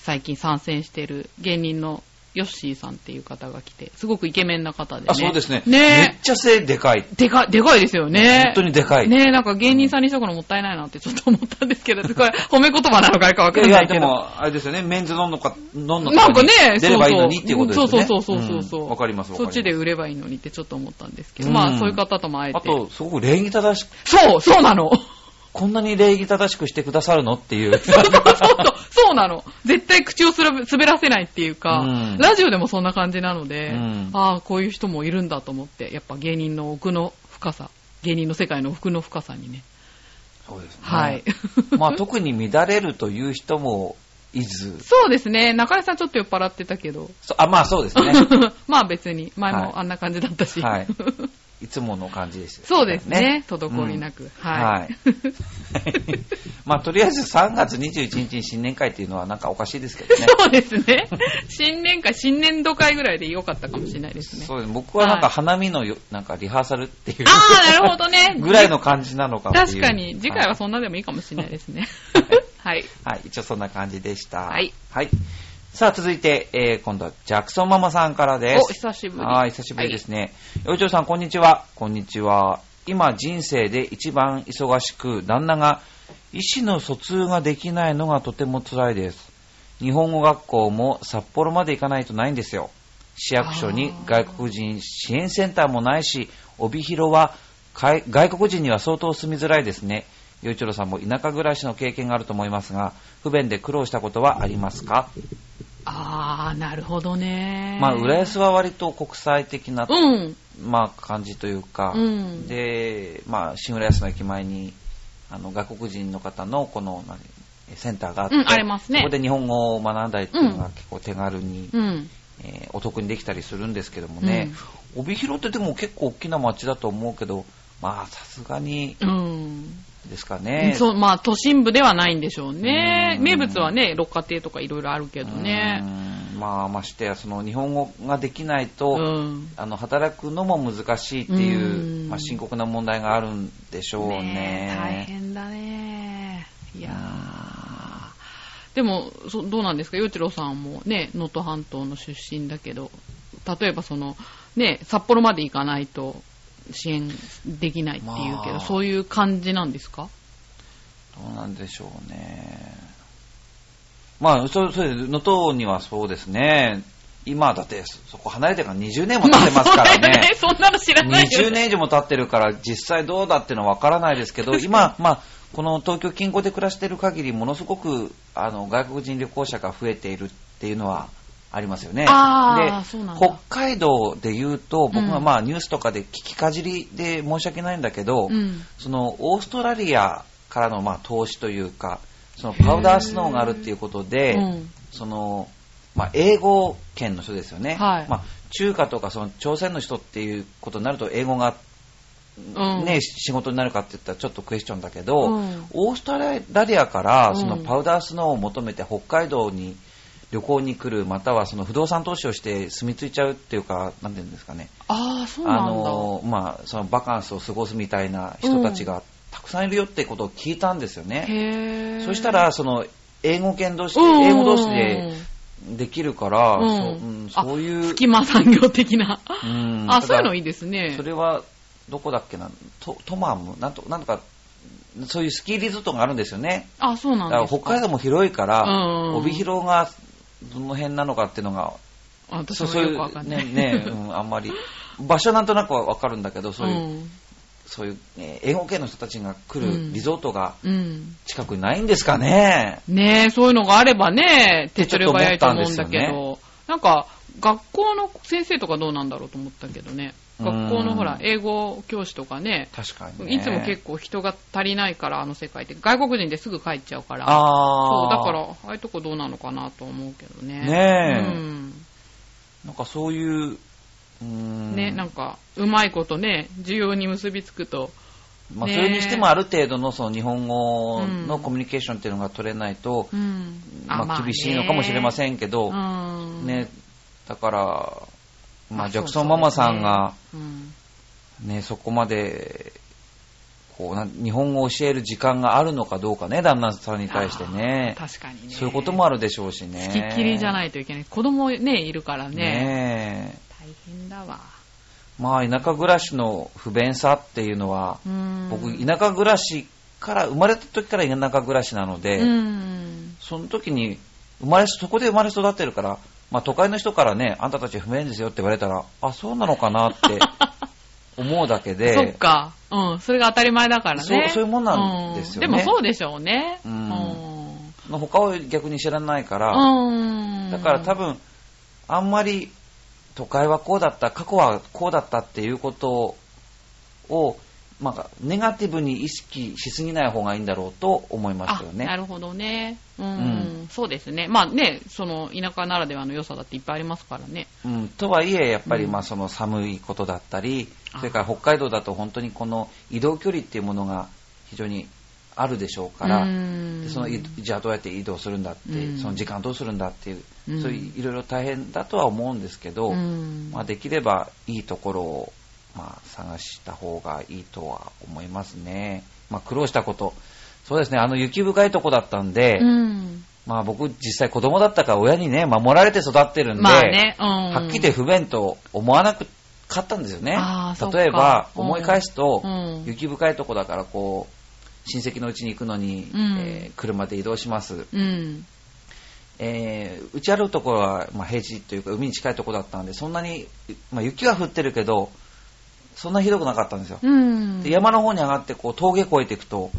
S2: 最近参戦してる芸人のヨッシーさんっていう方が来て、すごくイケメンな方でね。
S1: あ、そうですね。め
S2: ね
S1: っちゃ背でかい。
S2: でか、でかいですよね
S1: 本。当にでかい。
S2: ねなんか芸人さんにしとくのもったいないなってちょっと思ったんですけど、これ褒め言葉なのかあれかわ
S1: い
S2: か
S1: や
S2: ん
S1: い
S2: な
S1: や、
S2: いけ
S1: で
S2: ど。
S1: も、あれですよね、メンズ飲んのか、飲んの
S2: なんかね、
S1: 出ればいいのにっていうことですよね。
S2: そうそうそうそうそうそう。
S1: んわかります、わかり
S2: そ
S1: ま
S2: っ
S1: す。
S2: ちで売ればいいのにってちょっと思ったんですけど、
S1: うん
S2: まあそういう方とも会えて。
S1: あと、すごく礼儀正しく、
S2: そう、そうなの。
S1: こんなに礼儀正しくしてくださるのっていう。
S2: そうなの。絶対口をすら滑らせないっていうか、
S1: うん
S2: ラジオでもそんな感じなので、
S1: うん
S2: ああ、こういう人もいるんだと思って、やっぱ芸人の奥の深さ、芸人の世界の奥の深さにね。
S1: そうですね。
S2: はい。
S1: まあ、特に乱れるという人もいず、
S2: そうですね。中井さんちょっと酔っ払ってたけど。
S1: そあ、まあそうです ね。
S2: まあ別に、前
S1: はい
S2: もあんな感じだったし。
S1: はいいつもの感じですよ
S2: そうですね。滞りなく。
S1: は。
S2: はい
S1: まあ、とりあえず3月21日に新年会っていうのはなんかおかしいですけどね。
S2: そうですね。新年会、新年度会ぐらいで良かったかもしれない ですね。
S1: そうです。僕はなんか
S2: はい
S1: 花見のよ、なんかリハーサルっていう。
S2: ああ、なるほどね
S1: ぐらいの感じなのかっていう
S2: 確かに、次回はそんなでもいいかもしれないですね。 はい。
S1: はい、一応そんな感じでした。
S2: はい。
S1: はい。さあ、続いて、えー、今度はジャクソンママさんからです。
S2: お久しぶり
S1: はい、久しぶりですね。よいちょうさん、こんにちは。こんにちは。今、人生で一番忙しく、旦那が、意思の疎通ができないのがとても辛いです。日本語学校も札幌まで行かないとないんですよ。市役所に外国人支援センターもないし、帯広は外外国人には相当住みづらいですね。洋一郎さんも田舎暮らしの経験があると思いますが、不便で苦労したことはありますか、
S2: ああ、なるほどね。
S1: まあ、浦安は割と国際的な、
S2: うん。
S1: まあ、感じというか、
S2: うん
S1: で、まあ、新浦安の駅前に、あの、外国人の方の、この、何センターがあって、
S2: うんありますね
S1: そこで日本語を学んだりっていうのが結構手軽に、
S2: うん。
S1: えーお得にできたりするんですけどもね、帯広ってでも結構大きな町だと思うけど、まあ、さすがに
S2: うん。
S1: ですかね。
S2: そう、まあ、都心部ではないんでしょうね。
S1: うん
S2: 名物はね、六花亭とかいろいろあるけどね。
S1: うんまあ、ましてや、その日本語ができないと、
S2: うん。
S1: あの働くのも難しいっていう、
S2: うん
S1: まあ、深刻な問題があるんでしょうね。
S2: ねえ大変だね。いや
S1: うん
S2: ーでも、そどうなんですか、洋一郎さんもね、能登半島の出身だけど、例えばその、ね、札幌まで行かないと支援できないっていうけど、
S1: まあ
S2: そういう感じなんですか
S1: どうなんでしょうね。まあ、そう、そうです。能登にはそうですね。今、だって、そこ離れてから20年も経ってますから
S2: まあそうだよ
S1: ね。
S2: そんなの知らないよ
S1: 20年以上も経ってるから、実際どうだっていうのはわからないですけ ど、今、まあ、この東京近郊で暮らしている限り、ものすごく、あの、外国人旅行者が増えているっていうのはありますよね。
S2: あー
S1: で
S2: そうなんだ
S1: 北海道で言うと、僕は
S2: うん
S1: まあ、ニュースとかで聞きかじりで申し訳ないんだけど、
S2: うん。
S1: そのオーストラリアからのまあ投資というか、そのパウダースノーがあるっていうことで、
S2: うん
S1: そのまあ、英語圏の人ですよね、
S2: はい
S1: まあ、中華とかその朝鮮の人っていうことになると、英語が、
S2: うん
S1: ね仕事になるかって言ったらちょっとクエスチョンだけど、
S2: うん
S1: オーストラリアからその
S2: うん
S1: パウダースノーを求めて北海道に旅行に来る、またはその不動産投資をして住み着いちゃうっていうか、なんていうんですかね、
S2: ああ、そうなんだ。
S1: あのまあ、そのバカンスを過ごすみたいな人たちがたくさんいるよってことを聞いたんですよね。
S2: へえ。
S1: そした、ら、その英語圏同士、
S2: うん
S1: 英語同士でできるから、
S2: うん
S1: そううんそういう、
S2: 隙間産業的な。
S1: うん
S2: あ、そういうのい
S1: い
S2: いですね
S1: そ。れはどこだっけな、トトマム、なんとなんとか、そういうスキーリゾートがあるんですよね。
S2: あ、そう
S1: だ
S2: なん
S1: か
S2: で
S1: ら
S2: すか
S1: 北海道も広いから、
S2: うん
S1: 帯広がどの辺なのかっていうのが
S2: あ私
S1: そう
S2: も
S1: そうい
S2: よくわか
S1: うん
S2: ない。
S1: ねね、うん、あんまり場所なんとなくは分かるんだけどそういう、
S2: うん
S1: そういう、えー英語系の人たちが来
S2: う
S1: る
S2: ん
S1: リゾートが
S2: うん。
S1: 近くにないんですかね、
S2: ねえ、そういうのがあればね、手っ取り早いと思うんだ
S1: ちょ
S2: け
S1: っと
S2: ど、なんか、学校の先生とかどうなんだろうと思ったけどね。学校
S1: う
S2: の
S1: ん
S2: ほら、英語教師とかね、
S1: 確かに、ね。
S2: いつも結構人が足りないから、あの世界って。外国人ですぐ帰っちゃうから。
S1: あ
S2: そう、
S1: あ。
S2: だから、ああいうとこどうなのかなと思うけどね。
S1: ねえ
S2: うん。
S1: なんかそういう、うーん。
S2: ね、なんか、うまいことね、需要に結びつくと。
S1: まあ、
S2: ね
S1: それにしてもある程度のその日本語のコミュニケーションっていうのが取れないと、
S2: うん。
S1: まあ、厳しいのかもしれま
S2: ん
S1: せんけど、ね
S2: うん。
S1: だから、まあ、
S2: あ
S1: ジャクソンママさんが、
S2: そうそうですねうん
S1: ね、そこまで、こうなん日本語を教える時間があるのかどうかね、旦那さんに対してね。
S2: あー確かにね。
S1: そういうこともあるでしょうしね。
S2: 付きっきりじゃないといけない。子供ね、いるからね。
S1: ねえ
S2: 大変だわ。
S1: まあ、田舎暮らしの不便さっていうのは、
S2: うん。
S1: 僕、田舎暮らしから、生まれた時から田舎暮らしなので、
S2: うん。
S1: その時に、生まれ、そこで生まれ育ってるから、まあ、都会の人からね、あんたたち不便ですよって言われたら、あ、そうなのかなって思うだけで、
S2: そっか。うん。それが当たり前だからね。
S1: そうそういうもんなんですよね
S2: うんでもそうでしょうね。
S1: うん
S2: うん。
S1: の他を逆に知らないから、
S2: うん
S1: だから多、分、あんまり都会はこうだった、過去はこうだったっていうことを、まあ、ネガティブに意識しすぎない方がいいんだろうと思いましたよね。
S2: あなるほどね。うん。
S1: う
S2: そうですね。まあね、その田舎ならではの良さだっていっぱいありますからね。
S1: うん、とはいえ、やっぱり
S2: うん
S1: まあその寒いことだったり、
S2: あ
S1: それから北海道だと本当にこの移動距離っていうものが非常にあるでしょうから、
S2: うん
S1: でそのいじゃあどうやって移動するんだって、
S2: うん
S1: その時間どうするんだっていう、
S2: うん
S1: そういういろいろ大変だとは思うんですけど、
S2: うん
S1: まあ、できればいいところを、まあ、探した方がいいとは思いますね。まあ、苦労したこと、そうですね、あの雪深いとこだったんで、
S2: うん。
S1: まあ僕実際子供だったから親にね、守られて育ってるんで、
S2: まあね、うん。
S1: はっきり言って不便と思わなかったんですよね
S2: あーそっ。か
S1: 例えば、
S2: うん
S1: 思い返すと、
S2: うん
S1: 雪深いとこだから、こう、親戚のうちに行くのに、
S2: うん
S1: えー車で移動します。
S2: うん。
S1: えーうちあるところは、まあ、平地というか、海に近いところだったんで、そんなに、まあ、雪は降ってるけど、そんなひどくなかったんですよ。
S2: うん。
S1: で山の方に上がって、こう、峠越えていくと、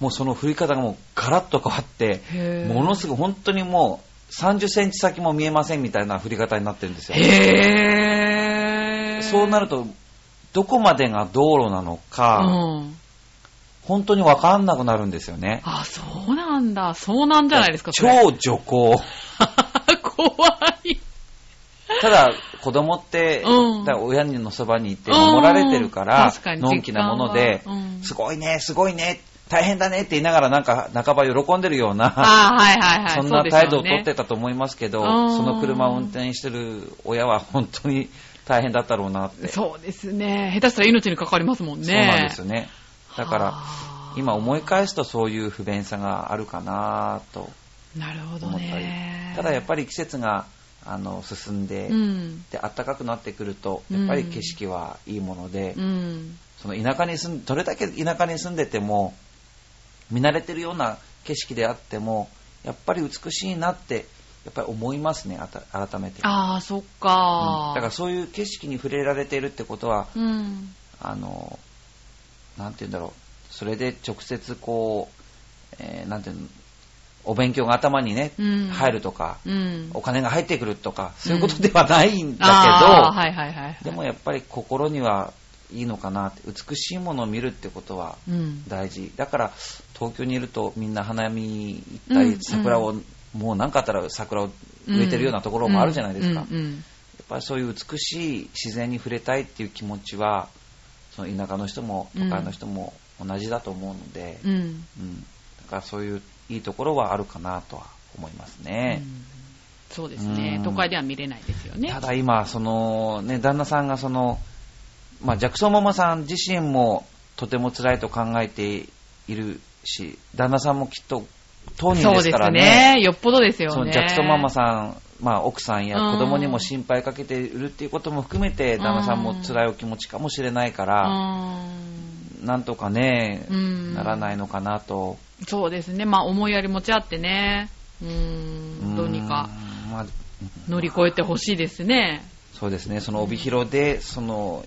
S1: もうその降り方がもうガラッと変わって、
S2: へー
S1: ものすごい本当にもう30センチ先も見えませんみたいな降り方になってるんですよ。
S2: へぇー。
S1: そうなると、どこまでが道路なの
S2: う
S1: か、
S2: ん。
S1: 本当にわかんなくなるんですよね。
S2: あ、そうなんだ。そうなんじゃないですか、それ。
S1: 超女高。
S2: 怖い。
S1: ただ、子供って、
S2: うん
S1: だから親のそばにいて
S2: うん
S1: 守られてるから
S2: 確か、に
S1: のんきなもので
S2: 実、感はうん
S1: すごいね、すごいね、大変だねって言いながら、なんか、半ば喜んでるような、
S2: ああ、はいはいはい。
S1: そん
S2: う
S1: な
S2: でしょう
S1: 態度を
S2: ね
S1: とってたと思いますけど、
S2: うん
S1: その車を運転してる親は本当に大変だったろうなって。
S2: そうですね。下手したら命に関わりますもんね。
S1: そうなんですよね。だから、
S2: はあ
S1: 今思い返すとそういう不便さがあるかなと
S2: なるほど
S1: 思ったり
S2: ね。。
S1: ただやっ
S2: ぱ
S1: ぱり季節が、あの、進んで、
S2: うん。
S1: で暖かくなってくるとやっぱり景色はいいもので、
S2: うん。
S1: その田舎に住んどれだけ田舎に住んでても見慣れてるような景色であってもやっぱり美しいなってやっぱり思いますねあた改めて、
S2: ああ、そっ
S1: うん
S2: か。
S1: だからそういう景色に触れられているってことは
S2: うん。
S1: あのなんて言うんだろうそれで直接こう、えーなんていうのお勉強が頭にね、
S2: うん
S1: 入るとか、
S2: うん。
S1: お金が入ってくるとかそういうことではないんだけど、
S2: ああはいはいはい。
S1: でもやっぱり心にはいいのかなって美しいものを見るってことは
S2: うん。
S1: 大事だから東京にいるとみんな花見行った
S2: うんう
S1: り
S2: ん
S1: 桜を、もう何かあったら桜を植えてるようなところもあるじゃないですか、
S2: うん。
S1: やっ
S2: うん
S1: ぱりそういう美しい自然に触れたいっていう気持ちはその田舎の人も都会の人も同じだと思うので、
S2: うんうん
S1: うんだからそういういいところはあるかなとは思いますね、
S2: うんそうですね
S1: う。ん
S2: 都会では見れないですよね。
S1: ただ今、そのね、旦那さんがその、まあ、ジャクソンママさん自身もとても辛いと考えているし、旦那さんもきっと当人
S2: そ
S1: で
S2: う
S1: す
S2: で
S1: から
S2: す
S1: ね。
S2: ね。よっぽどですよね。
S1: そのジャクソンママさん、まあ、奥さんや
S2: う
S1: 子
S2: ん
S1: 供にも心配かけているっていうことも含めて、旦那さんも辛いお気持ちかもしれないから、なんとかね、
S2: うん
S1: ならないのかなと。
S2: うんそうですね。まあ、思いやり持ち合ってね。う
S1: うん
S2: ん。どうにか
S1: うんまあ
S2: 乗り越えてほしいですね。
S1: そうですね、その帯広で、その、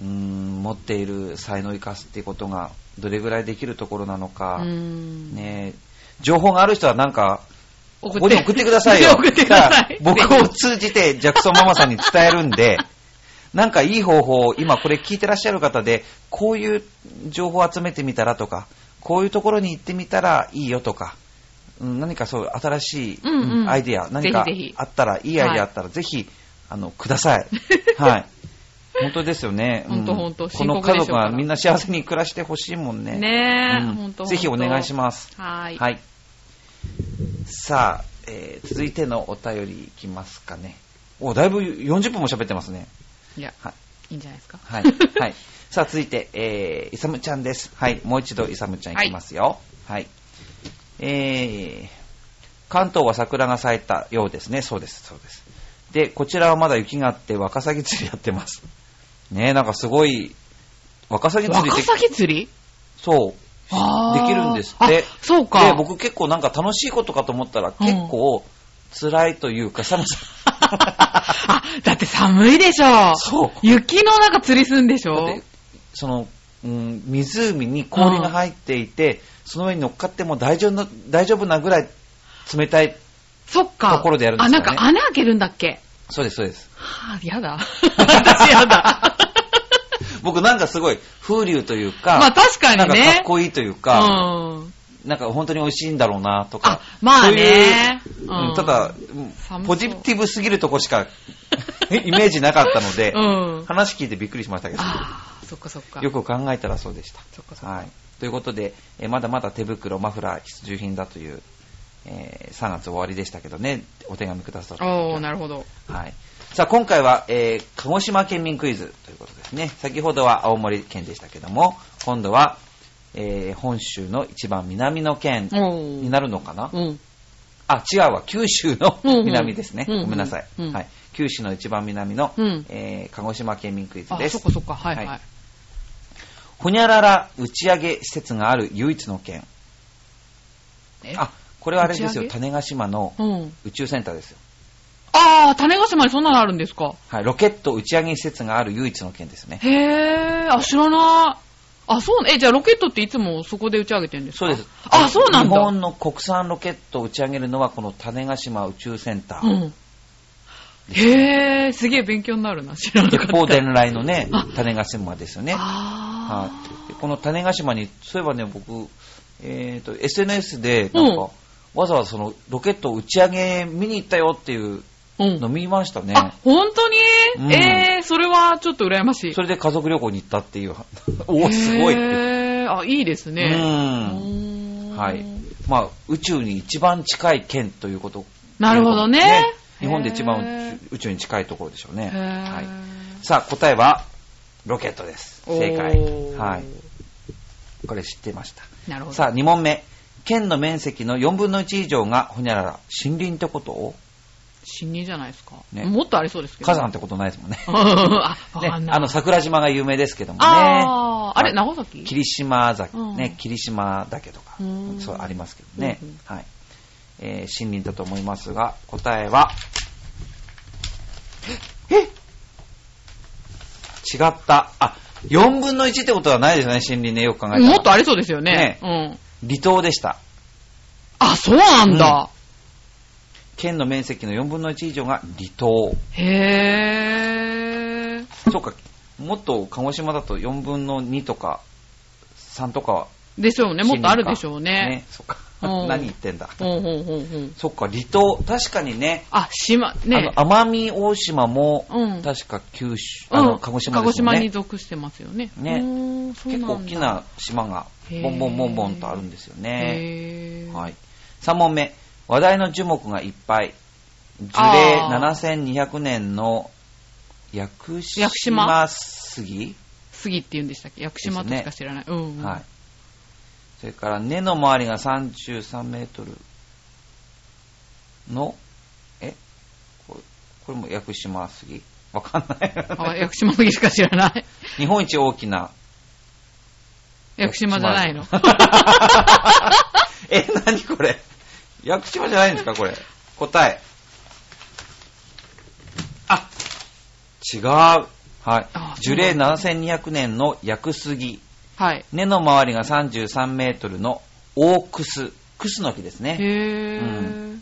S1: うーん、持っている才能を生かすっていうことが、どれぐらいできるところなの
S2: う
S1: か、
S2: ん。
S1: ねえ情報がある人はなんか、
S2: 送
S1: ここに送ってくださいよ。
S2: 送ってください。
S1: 僕を通じて、ジャクソンママさんに伝えるん で、なんかいい方法、今これ聞いてらっしゃる方で、こういう情報を集めてみたらとか、こういうところに行ってみたらいいよとか、うん何かそう、新しい、
S2: うんうん
S1: うんアイデア、何か
S2: ぜひぜひ
S1: あったら、いいアイデアあったら、ぜひ、あの、くださ い。はい。本当ですよね。うん
S2: 本当本当
S1: この
S2: 深刻で
S1: 家
S2: しょう
S1: 族
S2: から
S1: がみんな幸せに暮らしてほしいもんね。
S2: ねえ、
S1: うん
S2: ほんと
S1: ぜひお願いします。
S2: す。はーい。
S1: はい。さあ、えー続いてのお便りいきますかね。お、だいぶ40分も喋ってますね。
S2: いや、
S1: はい。
S2: いいんじゃないですか。
S1: はい。はい。さあ、続いて、えー、イサムちゃんです。はい。もう一度、イサムちゃんいきますよ。はい。えー、関東は桜が咲いたようですね。そうです、そうです。で、こちらはまだ雪があって、ワカサギ釣りやってます。ねえ、なんかすごい、ワカサギ釣
S2: ワ
S1: りっ
S2: カ
S1: て、
S2: サギ釣り
S1: そう、
S2: あー
S1: できるんですって
S2: あそうか。
S1: で、僕結構なんか楽しいことかと思ったら、
S2: うん
S1: 結構辛いというか寒さ。
S2: あ、だって寒いでしょ。
S1: そう
S2: 雪の中釣りすんでし
S1: だ
S2: ょ
S1: って、その、うん、湖に氷が入っていて、その上に乗っかっても大丈夫な大丈夫なぐらい冷たい。
S2: そっか。
S1: ところでやるんですよね
S2: あ、なんか穴開けるんだっけ
S1: そうです、そうです。
S2: はぁ、やだ。 私やだ。
S1: 僕なんかすごい風流というか、
S2: まあ確かに
S1: な
S2: ね。
S1: んかかっこいいというか、
S2: うん。
S1: なんか本当に美味しいんだろうなとか
S2: あ、まあね
S1: そういう
S2: うん
S1: うんただ、
S2: 寒そ
S1: ポ
S2: う
S1: ジティブすぎるとこしか イメージなかったので、
S2: うん。
S1: 話聞いてびっくりしましたけど。
S2: あーそっかそっか。
S1: よく考えたらそうでした。
S2: そっかそっか
S1: はい、ということで、えーまだまだ手袋、マフラー必需品だという、えー3月終わりでしたけどね、お手紙くださった
S2: おー、なるほど。
S1: はい、さあ今回は、えー鹿児島県民クイズということですね。先ほどは青森県でしたけども、今度は、えー本州の一番南の県
S2: おー。
S1: になるのかな、
S2: うん。
S1: あ、違うわ、九州の
S2: うんうん
S1: 南ですね。
S2: うんうん
S1: ごめんなさい、
S2: うん
S1: はい。九州の一番南の、
S2: うん
S1: えー鹿児島県民クイズ
S2: あ
S1: で、す
S2: そっ。かそっか。はい
S1: は
S2: はいい。
S1: ほにゃらら打ち上げ施設がある唯一の県。
S2: え
S1: あ、これはあれですよ、
S2: 打ち上
S1: 種子島の
S2: うん。
S1: 宇宙センターですよ。
S2: ああ、種子島にそんなのあるんですか。
S1: はい、ロケット打ち上げ施設がある唯一の県ですね。
S2: へえ、あ、知らない。あ、そう、え、じゃあロケットっていつもそこで打ち上げてるんですか
S1: そうです。
S2: あ、そうなん
S1: 日
S2: だ。
S1: 本の国産ロケットを打ち上げるのはこの種子島宇宙センタ
S2: う
S1: ー。
S2: ん。へえ、すげえ勉強になるな。知らなかった。
S1: 鉄砲伝来のね
S2: あ、
S1: 種子島ですよね。
S2: ああ
S1: はい、でこの種子島に、そういえばね、僕、えっと SNS でなん
S2: うん
S1: か、わざわざそのロケット打ち上げ見に行ったよっていう
S2: ー。うん。
S1: の見ましたね。
S2: あ、本当に、
S1: うん
S2: えー、それはちょっと羨ましい。
S1: それで家族旅行に行ったっていう、 おお、すごいって。
S2: へーあ、いいですね。
S1: うん
S2: うーん
S1: はい。まあ、宇宙に一番近い県ということ。
S2: なるほどね
S1: 日本で一
S2: へー
S1: 番宇宙に近いところでしょうね。
S2: へー
S1: はい。さあ、答えは、ロケットです。正解。
S2: おー
S1: はい。これ知ってました。
S2: なるほど。
S1: さあ、2問目。県の面積の4分の1以上が、ほにゃらら、森林ってこと
S2: 森林じゃないですか。
S1: ね
S2: もっとありそうですけど。
S1: 火山っ。てことないですもんね。
S2: あ、わ
S1: ね
S2: かんない。
S1: あの、桜島が有名ですけどもね。
S2: あーあれ、
S1: はい
S2: 長崎
S1: 霧島崎、
S2: うん
S1: ね、霧島岳とか
S2: う、ん
S1: そうありますけどね
S2: うんうん、
S1: はい。えー森林だと思いますが、答えは、え違った。あ、4分の1ってことはないですよね、森林ね、よく考えたら。
S2: もっとありそうですよ
S1: ね
S2: ね。うん。
S1: 離島でした。
S2: あ、そうなんだ。
S1: 県の面積の4分の1以上が離島。
S2: へー。
S1: そうか、もっと鹿児島だと4分の2とか3とかは
S2: でしょうね。もっ
S1: 森林
S2: と
S1: か
S2: あるでしょうね。
S1: ね、そっか。
S2: う ん
S1: 何言ってんだ。
S2: ほうほうほうほう。
S1: そっか、離島。確かにね、
S2: あ、島、ね。
S1: あの、奄美大島も、
S2: うん
S1: 確か九州、
S2: うん
S1: あの、鹿児島
S2: 鹿
S1: で
S2: 児
S1: すもん
S2: 島
S1: ね。
S2: に属してますよね。
S1: ね
S2: うーんそう
S1: 結
S2: なんだ
S1: 構大きな島が、ボンボンボンボンとあるんですよね。
S2: へー
S1: はい。3問目。話題の樹木がいっぱい。樹齢
S2: あ
S1: 7200年の屋久
S2: 屋久島
S1: 島杉
S2: 杉って言うんでしたっけ屋久島としか知らない。うんうん。
S1: はい。それから根の周りが33メートルの、えこれこれも屋久島杉わかんない。
S2: あ屋久島杉しか知らない。
S1: 日本一大きな。
S2: 屋久島じゃないの。
S1: え、なにこれ屋久島じゃないんですかこれ。答え。あ違う。はい
S2: あ。
S1: 樹齢7200年の屋久杉。
S2: はい。
S1: 根の周りが33メートルの大クス。クスの木ですね。
S2: へ
S1: う
S2: ー。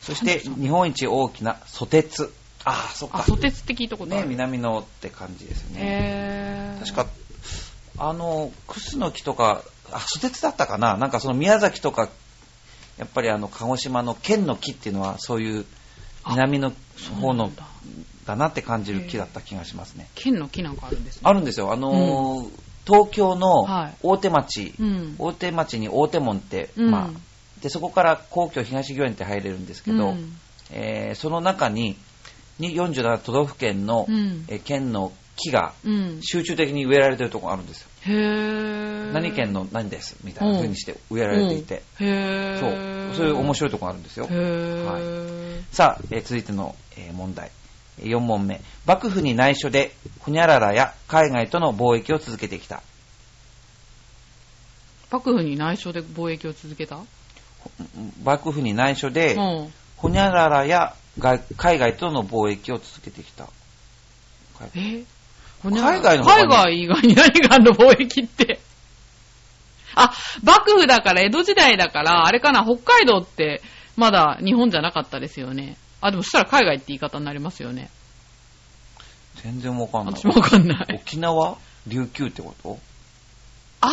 S1: そして日本一大きなソテツ。ああ、そっ
S2: あ、
S1: か。
S2: ソテツって聞いたことあ
S1: ね、
S2: る。
S1: 南のって感じですよね。
S2: へー。
S1: 確か、あの、クスの木とか、あ、ソテツだったかななんかその宮崎とか、やっぱりあの、鹿児島の県の木っていうのは、そういう南の方の
S2: そうなんだ
S1: だなって感じる木だった気がしますね。
S2: 県の木なんかあるんですね。
S1: あるんですよ。あのー、東京の
S2: はい
S1: 大手町、
S2: うん。
S1: 大手町に大手門って、
S2: うん
S1: まあ、で、そこから皇居東御苑って入れるんですけど、
S2: うん
S1: えーその中にに47都道府県の、
S2: うん
S1: えー県の木が
S2: うん。
S1: 集中的に植えられてるところがあるんですよ。
S2: へー。
S1: 何県の何ですみたいな風にして植えられていて、
S2: うん。へ
S1: そう
S2: ー。、
S1: そういう面
S2: 白
S1: 白いところがあるんですよ。はい
S2: へ
S1: さあ、えー続いての、えー問題。4問目。幕府に内緒で、ほにゃららや海外との貿易を続けてきた。
S2: ー。幕府に内緒で貿易を続けた
S1: 幕府に内緒
S2: う
S1: で、
S2: ん。
S1: ほにゃららや外海外との貿易を続けてきた。海
S2: え
S1: 海外の他
S2: 海
S1: に
S2: 外以外に何があるの貿易って。あ、幕府だから、江戸時代だから、あれかな、北海道って、まだ日本じゃなかったですよね。あ、でもそしたら海外って言い方になりますよね。
S1: 全然わかんない
S2: 私。もわかんない。
S1: 沖縄琉球ってこと
S2: あー、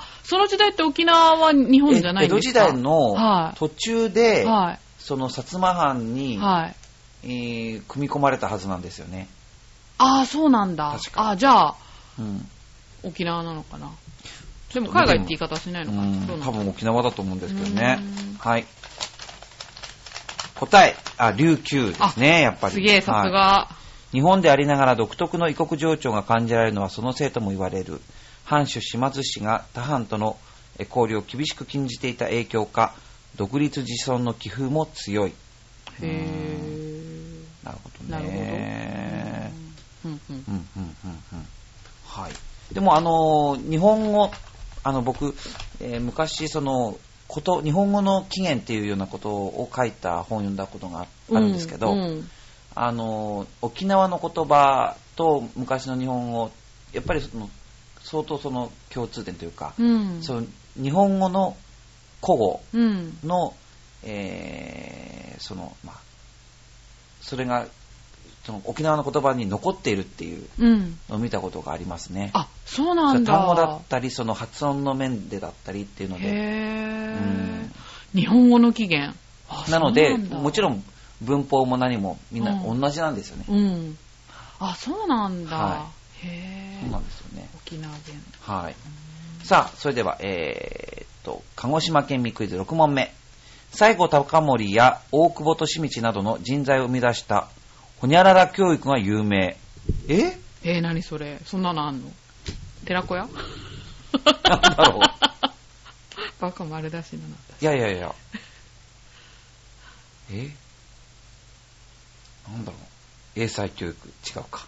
S2: あ、その時代って沖縄は日本じゃない
S1: え江
S2: ん
S1: 戸
S2: です
S1: 時
S2: か
S1: 代の
S2: は
S1: 途中で、
S2: い。は
S1: その薩摩藩
S2: い。
S1: に、
S2: はい。
S1: えー組み込まれたはずなんですよね。
S2: あー、そうなんだ。
S1: 確か
S2: あ、じゃあ、
S1: うん。
S2: 沖縄なのかな。でも海外って言い方はしないのかな。どう
S1: うん
S2: な
S1: 多
S2: の
S1: 分沖縄だと思うんですけどね
S2: うん。
S1: はい。答え、あ、琉球ですね、やっぱり。
S2: すげえ、さす
S1: はい
S2: が。
S1: 日本でありながら独特の異国情緒が感じられるのはそのせいとも言われる。藩主島津氏が他藩とのえ交流を厳しく禁じていた影響か、独立自尊の気風も強い。
S2: へー。
S1: なるほどね。
S2: なるほど。うんうん
S1: うんうんうんうんはい。でもあのー日本語、あの僕、えー昔そのこと日本語の起源っていうようなことを書いた本を読んだことがあ
S2: う
S1: あるんですけど、
S2: うん
S1: あのー沖縄の言葉と昔の日本語やっぱりその相当その共通点というか、
S2: うん
S1: その日本語の古語
S2: うん
S1: の、えーそのまあそれがその沖縄の言葉に残っているっていう
S2: うん。
S1: のを見たことがありますね。
S2: あ、そうなんだ。
S1: 単語だったり、その発音の面でだったりっていうの
S2: へ
S1: で。
S2: え、
S1: うん
S2: 日本語の起源。あ
S1: なので、
S2: そうだ
S1: もちろん文法も何もみんな
S2: う
S1: 同
S2: ん
S1: じなんですよね。
S2: うん。あ、そうなんだ。
S1: は
S2: へ
S1: そう
S2: え
S1: なん。ですよね。
S2: 沖縄弁。
S1: はい。さあ、それでは、えーっと、鹿児島県民クイズ6問目。西郷隆盛や大久保利道などの人材を生み出した、ほにゃらら教育が有名。え
S2: えー、何それそんなのあんの寺子
S1: な
S2: 屋
S1: んだろう
S2: バカ丸出しだな。
S1: いやいやいや。えなんだろう英才教育、違うか。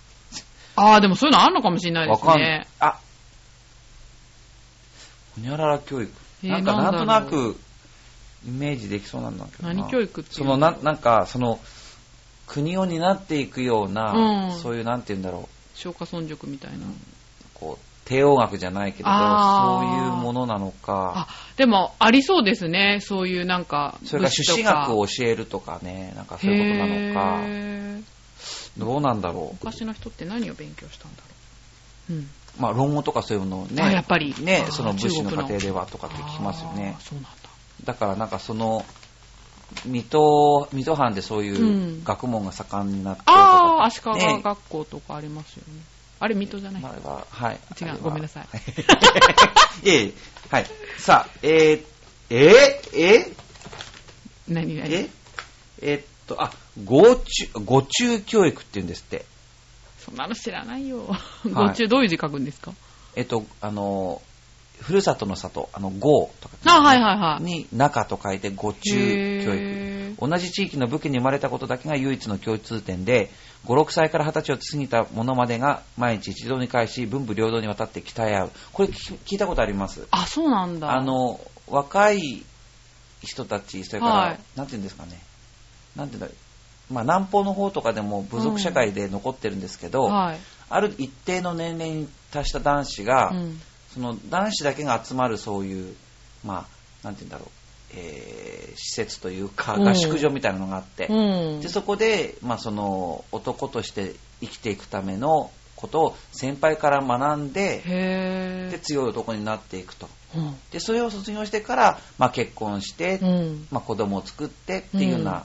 S2: ああ、でもそういうのあんのかもしれないで
S1: わ
S2: す
S1: かんない
S2: ね。。
S1: あほにゃらら教育。
S2: えー
S1: なんか
S2: な
S1: なん
S2: だろ
S1: ん
S2: う
S1: となく、イメージできそうなんだけどな。
S2: 何教育っていう
S1: そのな、なんか、その、国を担っていくような、
S2: うん
S1: そういう、なんて言うんだろ
S2: 消化村塾みたいな。
S1: う、こう、帝王学じゃないけれど、そう
S2: あー
S1: いうものなの
S2: あ
S1: か、、
S2: でもありそうですね。そういうなんか
S1: それから朱子学を教えるとかね、なんかそういうことなのか、
S2: のか。
S1: どうなんだろう。
S2: 昔の人って何を勉強したんだろう。うん。
S1: まあ、論語とかそういうのを
S2: あ、
S1: ね、
S2: やっぱり。
S1: ね
S2: あ、ー
S1: その武士の家庭で
S2: 中
S1: はとかって
S2: 国の
S1: 聞きますよね
S2: あー。そうなんだ。
S1: だからなんかその、水戸、水戸藩でそういううん学問が盛んになってると
S2: ああ、
S1: か
S2: 足利
S1: ね
S2: 学校とかありますよね。あれ、水戸じゃない。
S1: まああれは、はい。
S2: 違うごめんなさい
S1: い。 ええ、はい。さあ、えー、えー、え
S2: 何
S1: ー、
S2: 々
S1: ええっと、あ、ご中、ご中教育って言うんですって。
S2: そんなの知らないよ。ご中どういう字書くんですか
S1: えっと、あの、ふるさとの里、あの、ごとか、
S2: あ、はいはいはい。
S1: に中と書いてご中教育。
S2: へー
S1: 同じ地域の武家に生まれたことだけが唯一の共通点で、5、6歳から20歳を過ぎた者までが毎日一堂に会し、文武両道にわたって鍛え合う。これ聞き聞いたことあります。
S2: あ、そうなんだ。
S1: あ、の、若い人たち、それから、
S2: はい
S1: なんていうんですかね。なんていうんだまあ、南方の方とかでも部族社会で残ってるんですけど、
S2: はい。
S1: ある一定の年齢に達した男子が、
S2: うん
S1: その男子だけが集まるそういう、まあ、なんて言うんだろう、えー施設というか、
S2: うん
S1: 合宿所みたいなのがあって、
S2: うん。
S1: でそこで、まあ、その男として生きていくためのことを先輩から学んで、
S2: へ
S1: で
S2: ぇ
S1: 強い男になっていくと。
S2: ー。
S1: でそれを卒業してから、まあ、結婚して、
S2: うん。うん
S1: まあ、子供を作ってっていうような、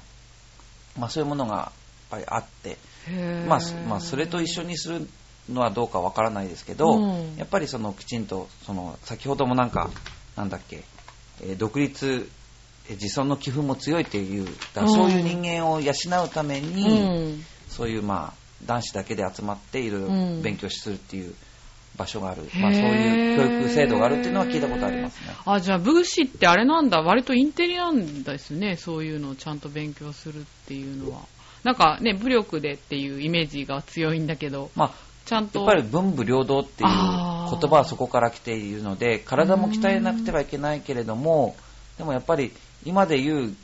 S1: まあ、そういうものがやっぱりあって、
S2: へー
S1: まあそまあ、それと一緒にするのはどうかわからないですけど、
S2: うん
S1: やっぱりそのきちんとその先ほどもなんかなんだっけ、えー独立えー自尊の寄付も強いっていうだから
S2: うん
S1: そういう人間を養うため
S2: う
S1: に、
S2: ん。
S1: そういうまあ男子だけで集まっていろいろ
S2: うん
S1: 勉強するっていう場所がある、まあ、そういう教育制度があるっていうのは聞いたことありますね
S2: へ。ーあ、じゃあ、武士ってあれなんだ。割とインテリなんですね。そういうのをちゃんと勉強するっていうのは。なんかね、武力でっていうイメージが強いんだけど、
S1: まあ
S2: ちゃんと。
S1: やっぱり文武両道っていう言
S2: あー
S1: 葉はそこから来ているので体も鍛えなくてはいけないけれどもでもやっぱり今でいう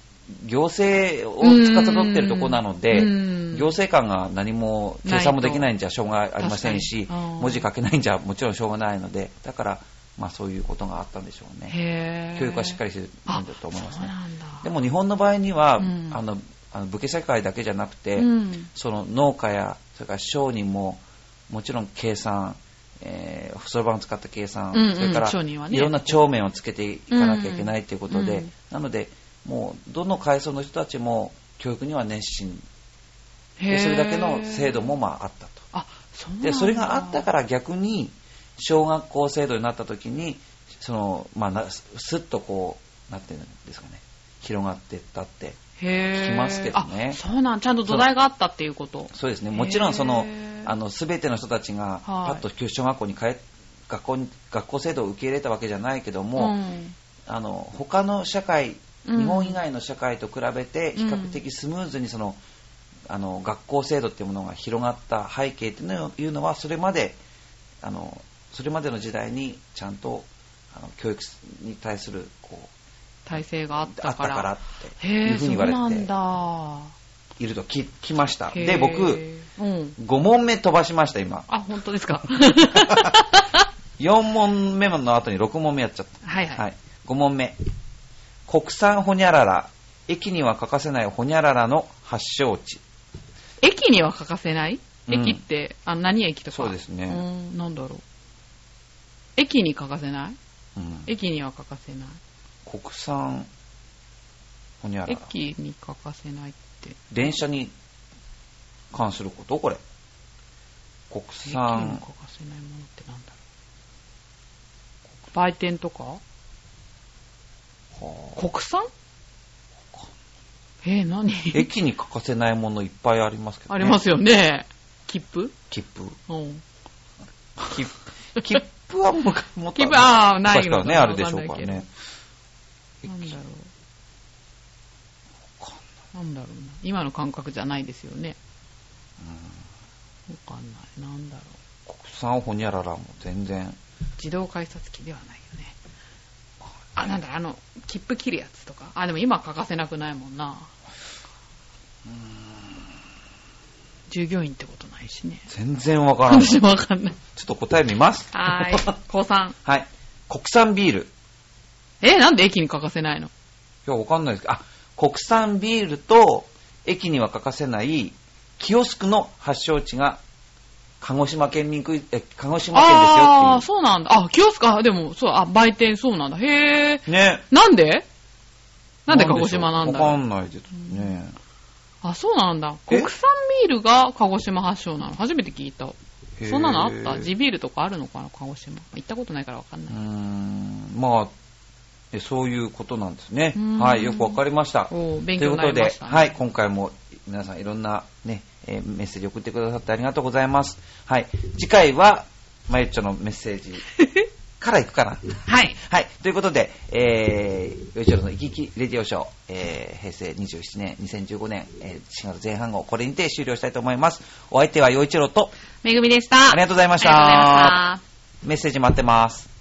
S1: 行政を司っているところなので
S2: うん
S1: 行政官が何も計算もできないんじゃしょうがありませんし
S2: 確かにうん
S1: 文字書けないんじゃもちろんしょうがないのでだからまあそういうことがあったんでしょうね
S2: へー
S1: 教育はしっかりしてるんだと思いますね
S2: あそうなんだ。
S1: でも日本の場合には
S2: うん
S1: あのあの武家社会だけじゃなくて、
S2: うん
S1: その農家やそれから商人ももちろん計算、えー、そろばんを使った計算、
S2: うんうん
S1: それから
S2: 商人はね
S1: いろんな帳面をつけていかなきゃいけないということで、
S2: うん
S1: なのでもうどの階層の人たちも教育には熱心
S2: へ
S1: で
S2: ー
S1: それだけの制度もまああったと
S2: あそうなんだ
S1: でそれがあったから逆に小学校制度になった時にそのまあなすすっとこうなってるんですかね広がっていったって
S2: へー
S1: 聞きますけどね
S2: あそうなんちゃんと土台があったっていうこと
S1: そうですね、もちろんその
S2: へー
S1: あの全ての人たちが
S2: はい
S1: パッと小学校に帰学校に学校制度を受け入れたわけじゃないけども、
S2: うん
S1: あの他の社会、
S2: うん
S1: 日本以外の社会と比べて比較的スムーズにその、あの学校制度っていうものが広がった背景っていうのいうのはそれまであのそれまでの時代にちゃんとあの教育に対するこう
S2: 体制があっ
S1: あ
S2: た
S1: った
S2: か
S1: かららっ
S2: へ
S1: ていう
S2: ー
S1: ふう
S2: そ
S1: に言
S2: う
S1: われ
S2: なんだ
S1: ていると聞きました。
S2: へー
S1: で僕
S2: うん
S1: 5問目飛ばしました今。
S2: あ本当で すか
S1: 4問目の後に6問目やっちゃっ
S2: はい
S1: た。
S2: は
S1: はいい。5問目。国産ホニャララ。駅には欠かせないホニャララの発祥地。
S2: 駅には欠かせない
S1: うん
S2: 駅って、あ何駅とか
S1: そうですね
S2: うん、なんだろう。駅に欠かせない
S1: うん
S2: 駅には欠かせない。
S1: 国産、ほにゃら。
S2: 駅に欠かせないって。
S1: 電車に関することこれ。国
S2: 駅にも
S1: 産
S2: 欠、かせないものってなんだろう。売店とか
S1: はあ
S2: 国産えー、何
S1: 駅に欠かせないものいっぱいありますけど、
S2: あ
S1: ね。
S2: りますよね。切符
S1: 切符。
S2: うん。
S1: 切符切符はもう、もっ
S2: 切符、ああ、ない
S1: 昔か
S2: の
S1: ら
S2: か
S1: ね、あれでしょうからね。。
S2: わかんないけどなんだろ
S1: わかん
S2: う。なんだろうな。今の感覚じゃないですよね。
S1: ない
S2: わかんない。なんだろう。
S1: うん国産ほにゃららも全然。
S2: 自動改札機ではないよね。あ、なんだ、あの、切符切るやつとか。あ、でも今欠かせなくないもんな。従業員ってことないしね。
S1: 全然わ からん。ちょ
S2: 私もわかんない。
S1: っと答え見ます。
S2: はーい。 高三。
S1: はい。国産ビール。い
S2: え、なんで駅に欠かせないの
S1: や、わかんないですけど、あ、国産ビールと駅には欠かせない、キオスクの発祥地が、鹿児島県民区、え、鹿児島県ですよ
S2: ああー、
S1: って
S2: そうなんだ。あ、キオスか。でも、そう、あ、売店そうなんだ。へえ。
S1: いう。ね。
S2: なんでなんで鹿児島なんだ
S1: わ
S2: ろ
S1: か
S2: うん
S1: ないですね。
S2: あ、そうなんだ。
S1: え
S2: 国産ビールが鹿児島発祥なの。初めて聞いた。
S1: へー
S2: そんなのあった地ビールとかあるのかな鹿児島。行ったことないからわかん
S1: う
S2: な
S1: ー
S2: い。
S1: ん、まあ、えそういうことなんですね
S2: うー。ん
S1: はい、よくわかりました。
S2: おー
S1: と
S2: 勉
S1: い
S2: 強
S1: うこ
S2: にな
S1: と
S2: りま
S1: で
S2: し、た、ね。
S1: はい、。今回も皆さんいろんなね、えーメッセージ送ってくださってありがとうございます。はい、次回は、まゆっちょのメッセージからいくかな。
S2: はい。
S1: はい、ということで、えー、よいちょろの生き生きレディオショー、えー、平成27年、2015年、えー、4月前半号、これにて終了したいと思います。お相手はよいちょろと、
S2: めぐみでした。
S1: ありがとうございました
S2: ありがとうございました。
S1: メッセージ待ってます。